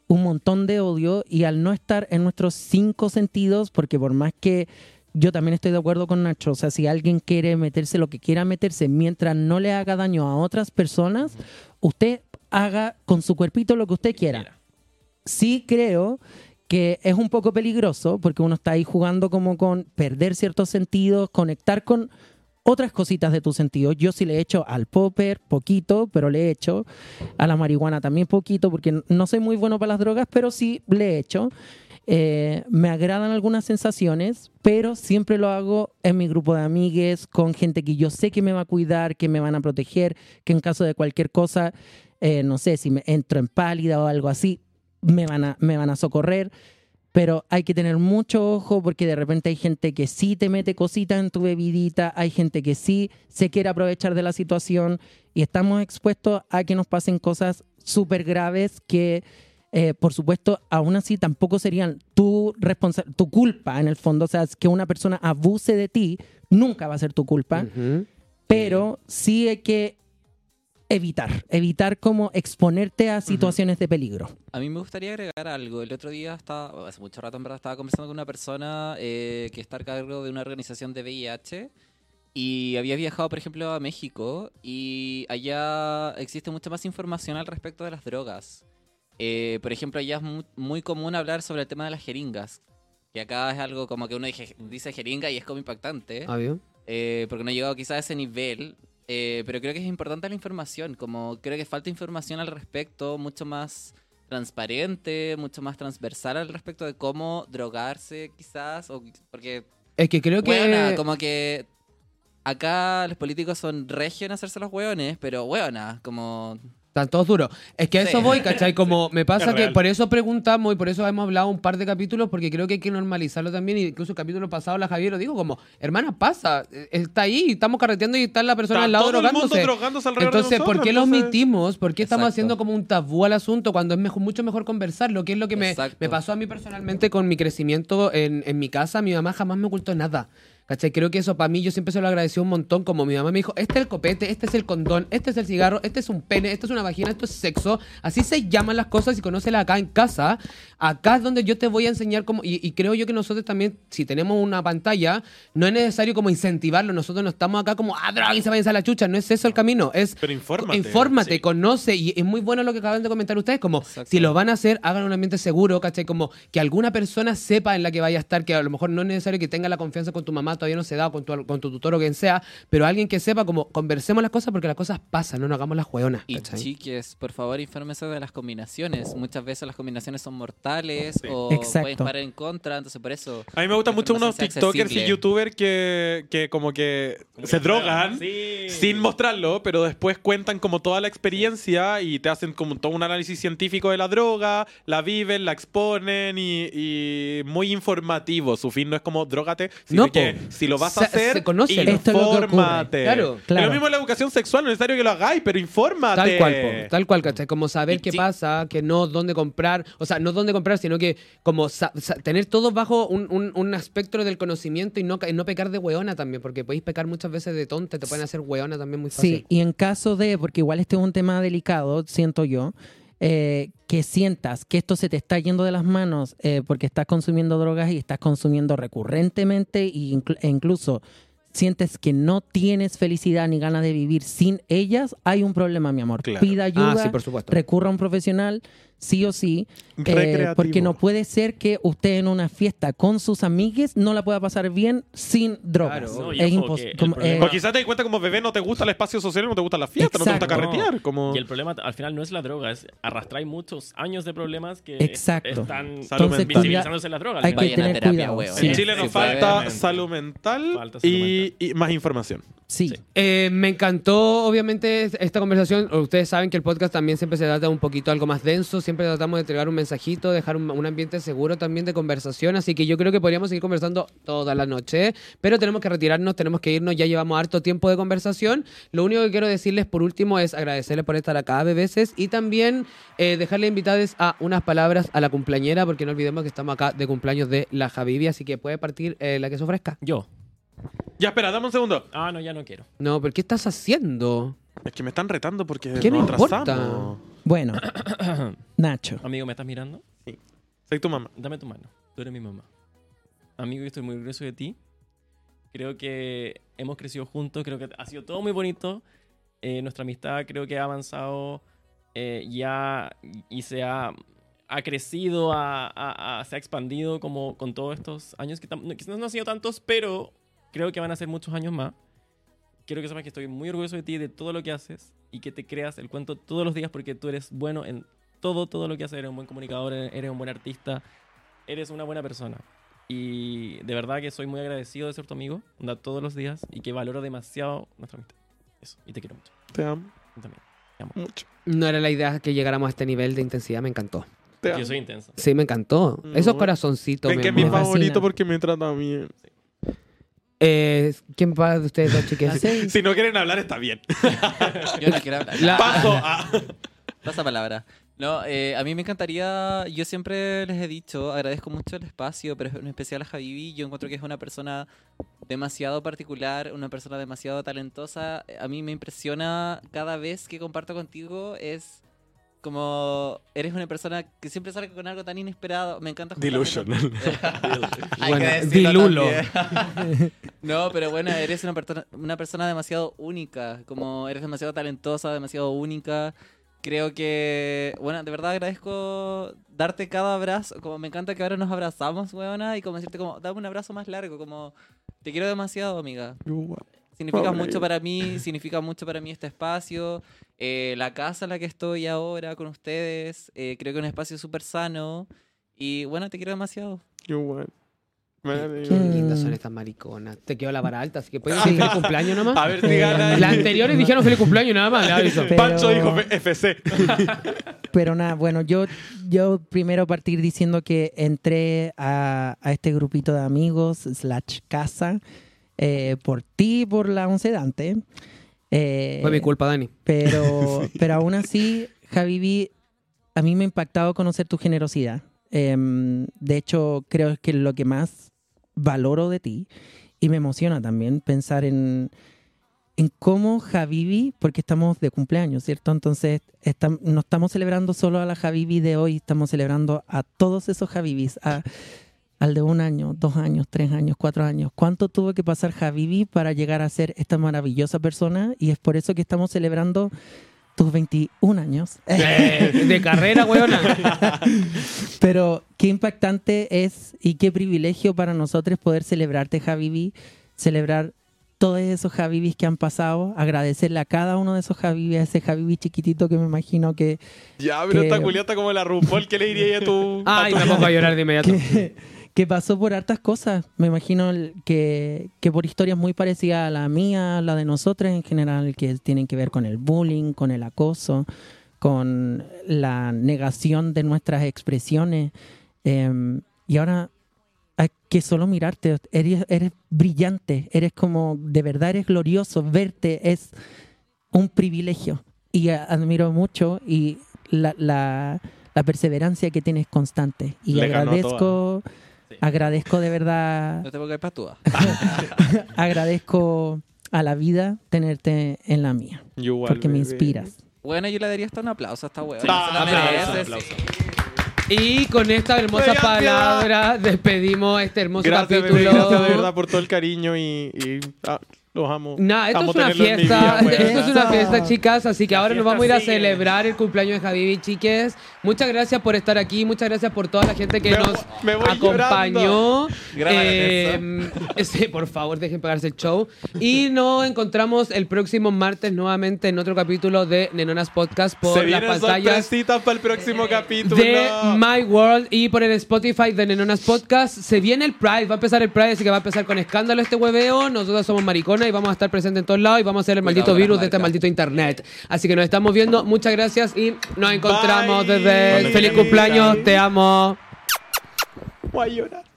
S3: un montón de odio y al no estar en nuestros cinco sentidos, porque por más que yo también estoy de acuerdo con Nacho. O sea, si alguien quiere meterse lo que quiera meterse, mientras no le haga daño a otras personas, usted haga con su cuerpito lo que usted quiera.
S4: Mira,
S3: Sí creo que es un poco peligroso porque uno está ahí jugando como con perder ciertos sentidos, conectar con otras cositas de tu sentido. Yo sí le he hecho al popper poquito, pero le he hecho a la marihuana también poquito porque no soy muy bueno para las drogas, pero sí le he hecho. Eh, me agradan algunas sensaciones, pero siempre lo hago en mi grupo de amigues, con gente que yo sé que me va a cuidar, que me van a proteger, que en caso de cualquier cosa, eh, no sé, si me entro en pálida o algo así, me van a, me van a socorrer. Pero hay que tener mucho ojo porque de repente hay gente que sí te mete cositas en tu bebidita, hay gente que sí se quiere aprovechar de la situación y estamos expuestos a que nos pasen cosas súper graves que, eh, por supuesto, aún así tampoco serían tu, responsa- tu culpa en el fondo. O sea, es que una persona abuse de ti nunca va a ser tu culpa
S2: Ujú.
S3: pero sí hay que evitar, evitar como exponerte a situaciones de peligro.
S6: A mí me gustaría agregar algo. El otro día estaba, bueno, hace mucho rato en verdad, estaba conversando con una persona eh, que está a cargo de una organización de VIH y había viajado, por ejemplo, a México y allá existe mucha más información al respecto de las drogas. Eh, por ejemplo, allá es mu- muy, común hablar sobre el tema de las jeringas, que acá es algo como que uno dije- dice jeringa y es como impactante
S2: Ah, bien.
S6: eh, porque no he llegado quizás a ese nivel. eh, pero creo que es importante la información, como creo que falta información al respecto, mucho más transparente, mucho más transversal al respecto de cómo drogarse quizás, o, porque
S2: Es que creo que...
S6: Weona, como que acá los políticos son regio en hacerse los hueones, pero hueona, como
S2: Están todos duros. Es que a eso
S6: Sí.
S2: voy, ¿cachai? Como me pasa
S1: Es
S2: que
S1: real.
S2: por eso preguntamos y por eso hemos hablado un par de capítulos, porque creo que hay que normalizarlo también. Y incluso el capítulo pasado, la Javier lo dijo como, hermana, pasa, eh, está ahí, estamos carreteando y está la persona
S1: Está
S2: al lado
S1: todo el mundo
S2: drogándose.
S1: drogándose alrededor de
S2: Entonces, ¿por
S1: nosotros,
S2: qué lo
S1: entonces-
S2: omitimos? ¿Por qué estamos
S6: Exacto.
S2: haciendo como un tabú al asunto cuando es mejor- mucho mejor conversarlo? Que es lo que me,
S6: Exacto.
S2: me pasó a mí personalmente con mi crecimiento en, en mi casa. Mi mamá jamás me ocultó nada. ¿Cachai? Creo que eso para mí yo siempre se lo agradecí un montón. Como mi mamá me dijo, este es el copete, este es el condón, este es el cigarro, este es un pene, esto es una vagina, esto es sexo. Así se llaman las cosas y conócelas acá en casa. Acá es donde yo te voy a enseñar cómo... Y, y creo yo que nosotros también, si tenemos una pantalla, no es necesario como incentivarlo. Nosotros no estamos acá como, ah, droga, y se vayan a la chucha. No es eso el camino. Es
S1: Pero infórmate.
S2: Infórmate,
S1: Sí.
S2: conoce. Y es muy bueno lo que acaban de comentar ustedes. Como
S6: Exacto.
S2: si lo van a hacer, hagan un ambiente seguro, ¿cachai? Como que alguna persona sepa en la que vaya a estar, que a lo mejor no es necesario que tenga la confianza con tu mamá, todavía no se da, o con tu, con tu tutor o quien sea, pero alguien que sepa, como conversemos las cosas porque las cosas pasan, no nos hagamos las hueonas,
S6: Y
S2: ¿cachai?
S6: chiques, por favor, infórmese de las combinaciones. Muchas veces las combinaciones son mortales
S1: Sí.
S6: o
S3: Exacto.
S6: pueden parar en contra, entonces por eso.
S1: A mí me gustan
S6: La
S1: mucho unos
S6: información sea
S1: TikTokers y
S6: accesible.
S1: YouTubers que, que como que
S4: Como
S1: se
S4: que
S1: drogan
S4: Sí.
S1: sin mostrarlo, pero después cuentan como toda la experiencia y te hacen como todo un análisis científico de la droga, la viven, la exponen y, y muy informativo. Su fin no es como drogate, sino
S2: No,
S1: que
S2: po.
S1: si lo vas a
S2: Se- se
S1: hacer,
S2: conoce.
S3: Esto es lo que ocurre.
S1: infórmate.
S2: Claro,
S1: Es
S3: claro.
S1: lo mismo en la educación sexual, no es necesario que lo hagáis, pero infórmate.
S2: Tal cual, po, tal cual, ¿cachai? Como saber
S6: Y
S2: qué
S6: sí.
S2: pasa, que no dónde comprar, o sea, no dónde comprar, sino que como sa- sa- tener todo bajo un, un, un espectro del conocimiento y no, ca- y no pecar de hueona también, porque podéis pecar muchas veces de tonta, te pueden hacer hueona también muy fácil.
S3: Sí, y en caso de, porque igual este es un tema delicado, siento yo, eh, que sientas que esto se te está yendo de las manos eh, porque estás consumiendo drogas y estás consumiendo recurrentemente e inclu- e incluso sientes que no tienes felicidad ni ganas de vivir sin ellas, hay un problema, mi amor.
S1: Claro.
S3: Pida ayuda,
S2: ah, sí, por supuesto.
S3: recurra a un profesional, sí o sí. Eh,
S1: Recreativo.
S3: porque no puede ser que usted en una fiesta con sus amigues no la pueda pasar bien sin drogas.
S2: Claro.
S4: No, y
S3: es
S4: ojo que
S3: impos-
S4: el
S3: como- eh,
S4: problema-
S1: O quizás te das cuenta como bebé no te gusta el espacio social, no te gusta la fiesta, no te gusta
S3: Exacto.
S1: carretear. Como...
S4: Y el problema t- al final no es la droga, es arrastrar muchos años de problemas que
S3: Exacto.
S4: están
S1: Salud mental.
S4: visibilizándose en las drogas. al
S3: hay
S4: final.
S3: que
S6: Vayan a
S3: tener
S6: terapia,
S3: cuidado.
S6: huevón.
S3: sí.
S1: En Chile
S4: Sí,
S1: nos
S4: puede.
S1: falta salud mental,
S4: Falta salud
S1: y, y más información.
S3: Sí.
S2: Eh, me encantó, obviamente, es- esta conversación. Ustedes saben que el podcast también siempre se trata un poquito algo más denso. Siempre tratamos de entregar un mensajito, dejar un, un ambiente seguro también de conversación. Así que yo creo que podríamos seguir conversando toda la noche. Pero tenemos que retirarnos, tenemos que irnos. Ya llevamos harto tiempo de conversación. Lo único que quiero decirles por último es agradecerles por estar acá de veces y también eh, dejarle invitadas a unas palabras a la cumpleañera, porque no olvidemos que estamos acá de cumpleaños de la Javivi. Así que puede partir eh, la que se ofrezca.
S4: Yo.
S1: Ya, espera, dame un segundo.
S4: Ah, no, ya no quiero.
S2: No, pero ¿qué estás haciendo?
S1: Es que me están retando porque
S2: ¿Qué
S1: nos
S2: me importa?
S1: atrasamos.
S3: Bueno, Nacho.
S4: Amigo, ¿me estás mirando?
S1: Soy tu mamá.
S4: Dame tu mano. Tú eres mi mamá. Amigo, yo estoy muy orgulloso de ti. Creo que hemos crecido juntos. Creo que ha sido todo muy bonito. Eh, nuestra amistad creo que ha avanzado eh, ya y se ha, ha crecido, ha- ha- ha- se ha expandido como con todos estos años que tam- quizás no han sido tantos, pero creo que van a ser muchos años más. Quiero que sepas que estoy muy orgulloso de ti, de todo lo que haces y que te creas el cuento todos los días porque tú eres bueno en todo, todo lo que haces. Eres un buen comunicador, eres un buen artista, eres una buena persona. Y de verdad que soy muy agradecido de ser tu amigo, onda, todos los días y que valoro demasiado nuestra amistad. Eso, y te quiero mucho.
S1: Te amo
S4: Yo también.
S1: mucho.
S2: No era la idea que llegáramos a este nivel de intensidad, me encantó.
S1: Te amo.
S4: Yo soy intenso.
S2: Sí, me encantó. Esos
S1: No.
S2: corazoncitos.
S1: Mm. Ven
S2: mi
S1: que es mi
S2: amor.
S3: fascina.
S1: favorito porque me trata bien.
S2: Eh, ¿Quién va de ustedes dos, chiques?
S3: Así.
S1: Si no quieren hablar, está bien.
S6: Yo no quiero hablar.
S1: Paso a.
S6: Pasa palabra. No, eh, a mí me encantaría, yo siempre les he dicho, agradezco mucho el espacio, pero en especial a Javivi, yo encuentro que es una persona demasiado particular, una persona demasiado talentosa. Eh, A mí me impresiona cada vez que comparto contigo, es como, eres una persona que siempre sale con algo tan inesperado, me encanta. juntarme
S1: Delusion.
S6: con- Hay
S2: Bueno,
S6: que decirlo
S2: dilulo.
S6: también. no, pero bueno, eres una, persona- una persona demasiado única, como eres demasiado talentosa, demasiado única creo que, bueno, de verdad agradezco darte cada abrazo, como me encanta que ahora nos abrazamos, weona, y como decirte como, dame un abrazo más largo, como, te quiero demasiado, amiga. Significa
S1: Pobre.
S6: mucho para mí, significa mucho para mí este espacio, eh, la casa en la que estoy ahora con ustedes, eh, creo que es un espacio súper sano, y bueno, te quiero demasiado.
S1: Yo, weón.
S3: Qué
S2: Qué
S3: Mm.
S2: lindas son estas mariconas. Te quedó la vara alta, así que puedes decir feliz cumpleaños nada
S1: A
S2: más.
S1: ver si gana.
S2: Las anteriores dijeron feliz cumpleaños nada más, le aviso.
S3: Pero-
S1: Pancho dijo F- FC.
S3: Pero nada, bueno, yo, yo primero partir diciendo que entré a, a este grupito de amigos, slash casa, eh, por ti, y por la once Dante. Eh,
S2: Fue mi culpa, Dani.
S3: Pero, pero aún así, Javivi, a mí me ha impactado conocer tu generosidad. Em, de hecho, creo que es lo que más valoro de ti y me emociona también pensar en, en cómo Javivi, porque estamos de cumpleaños, ¿cierto? Entonces, estam- no estamos celebrando solo a la Javivi de hoy, estamos celebrando a todos esos Javivis, a- al de un año, dos años, tres años, cuatro años. ¿Cuánto tuvo que pasar Javivi para llegar a ser esta maravillosa persona? Y es por eso que estamos celebrando tus 21 años.
S2: Eh, de carrera, weona.
S3: Pero qué impactante es y qué privilegio para nosotros poder celebrarte, Javivi, celebrar todos esos Javivis que han pasado, agradecerle a cada uno de esos Javivis, a ese Javivi chiquitito que me imagino que,
S1: Ya, pero esta
S3: Que-
S1: culiá está como la RuPaul. ¿Qué le diría a tu...
S2: Ay,
S1: a
S2: me
S1: tu-
S2: pongo a llorar de inmediato.
S3: que, que pasó por hartas cosas. Me imagino el- que, que por historias muy parecidas a la mía, a la de nosotros en general, que tienen que ver con el bullying, con el acoso, con la negación de nuestras expresiones. Em, y ahora hay que solo mirarte, eres, eres brillante, eres como, de verdad eres glorioso, verte es un privilegio. Y a- admiro mucho y la, la- la perseverancia que tienes constante. Y
S1: Le ganó a
S3: agradezco,
S4: Sí.
S3: agradezco de verdad
S6: No te pongas patúa.
S3: agradezco a la vida tenerte en la mía,
S1: You are
S3: porque me
S1: baby.
S3: inspiras.
S6: Bueno, yo le daría hasta un aplauso a esta hueá.
S1: Sí. Ah,
S6: se la
S1: Aplauso,
S6: merece,
S4: aplauso.
S6: sí.
S2: Y con esta hermosa
S1: Gracias.
S2: palabra despedimos este hermoso
S1: Gracias, bebé,
S2: capítulo.
S1: gracias de verdad por todo el cariño y, y, ah, los amo.
S2: Nah, esto
S1: Amo
S2: es una
S1: tenerlo en mi
S2: fiesta,
S1: vida, pues.
S2: esto
S1: weona.
S2: es una
S3: Ah.
S2: fiesta, chicas, así que ahora nos
S4: fiesta
S2: vamos a ir a
S4: sigue.
S2: celebrar el cumpleaños de Javivi, chiques. Muchas gracias por estar aquí, muchas gracias por toda la gente que
S1: Me
S2: nos
S1: voy- me voy
S2: acompañó.
S6: Grábala,
S2: Eh, sí, por favor, dejen pegarse el show. Y nos encontramos el próximo martes nuevamente en otro capítulo de Nenonas Podcast por
S1: Se
S2: las
S1: vienen
S2: pantallas
S1: sorpresitas para el próximo capítulo.
S2: de My World y por el Spotify de Nenonas Podcast. Se viene el Pride, va a empezar el Pride, así que va a empezar con escándalo este hueveo. Nosotros somos mariconas y vamos a estar presentes en todos lados y vamos a ser el
S6: Cuidado
S2: maldito
S6: con las
S2: virus de este
S6: marcas.
S2: maldito internet. Así que nos estamos viendo, muchas gracias y nos encontramos
S1: Bye. Bye.
S2: desde... ¡Feliz cumpleaños! ¡Te amo!
S1: Voy a llorar.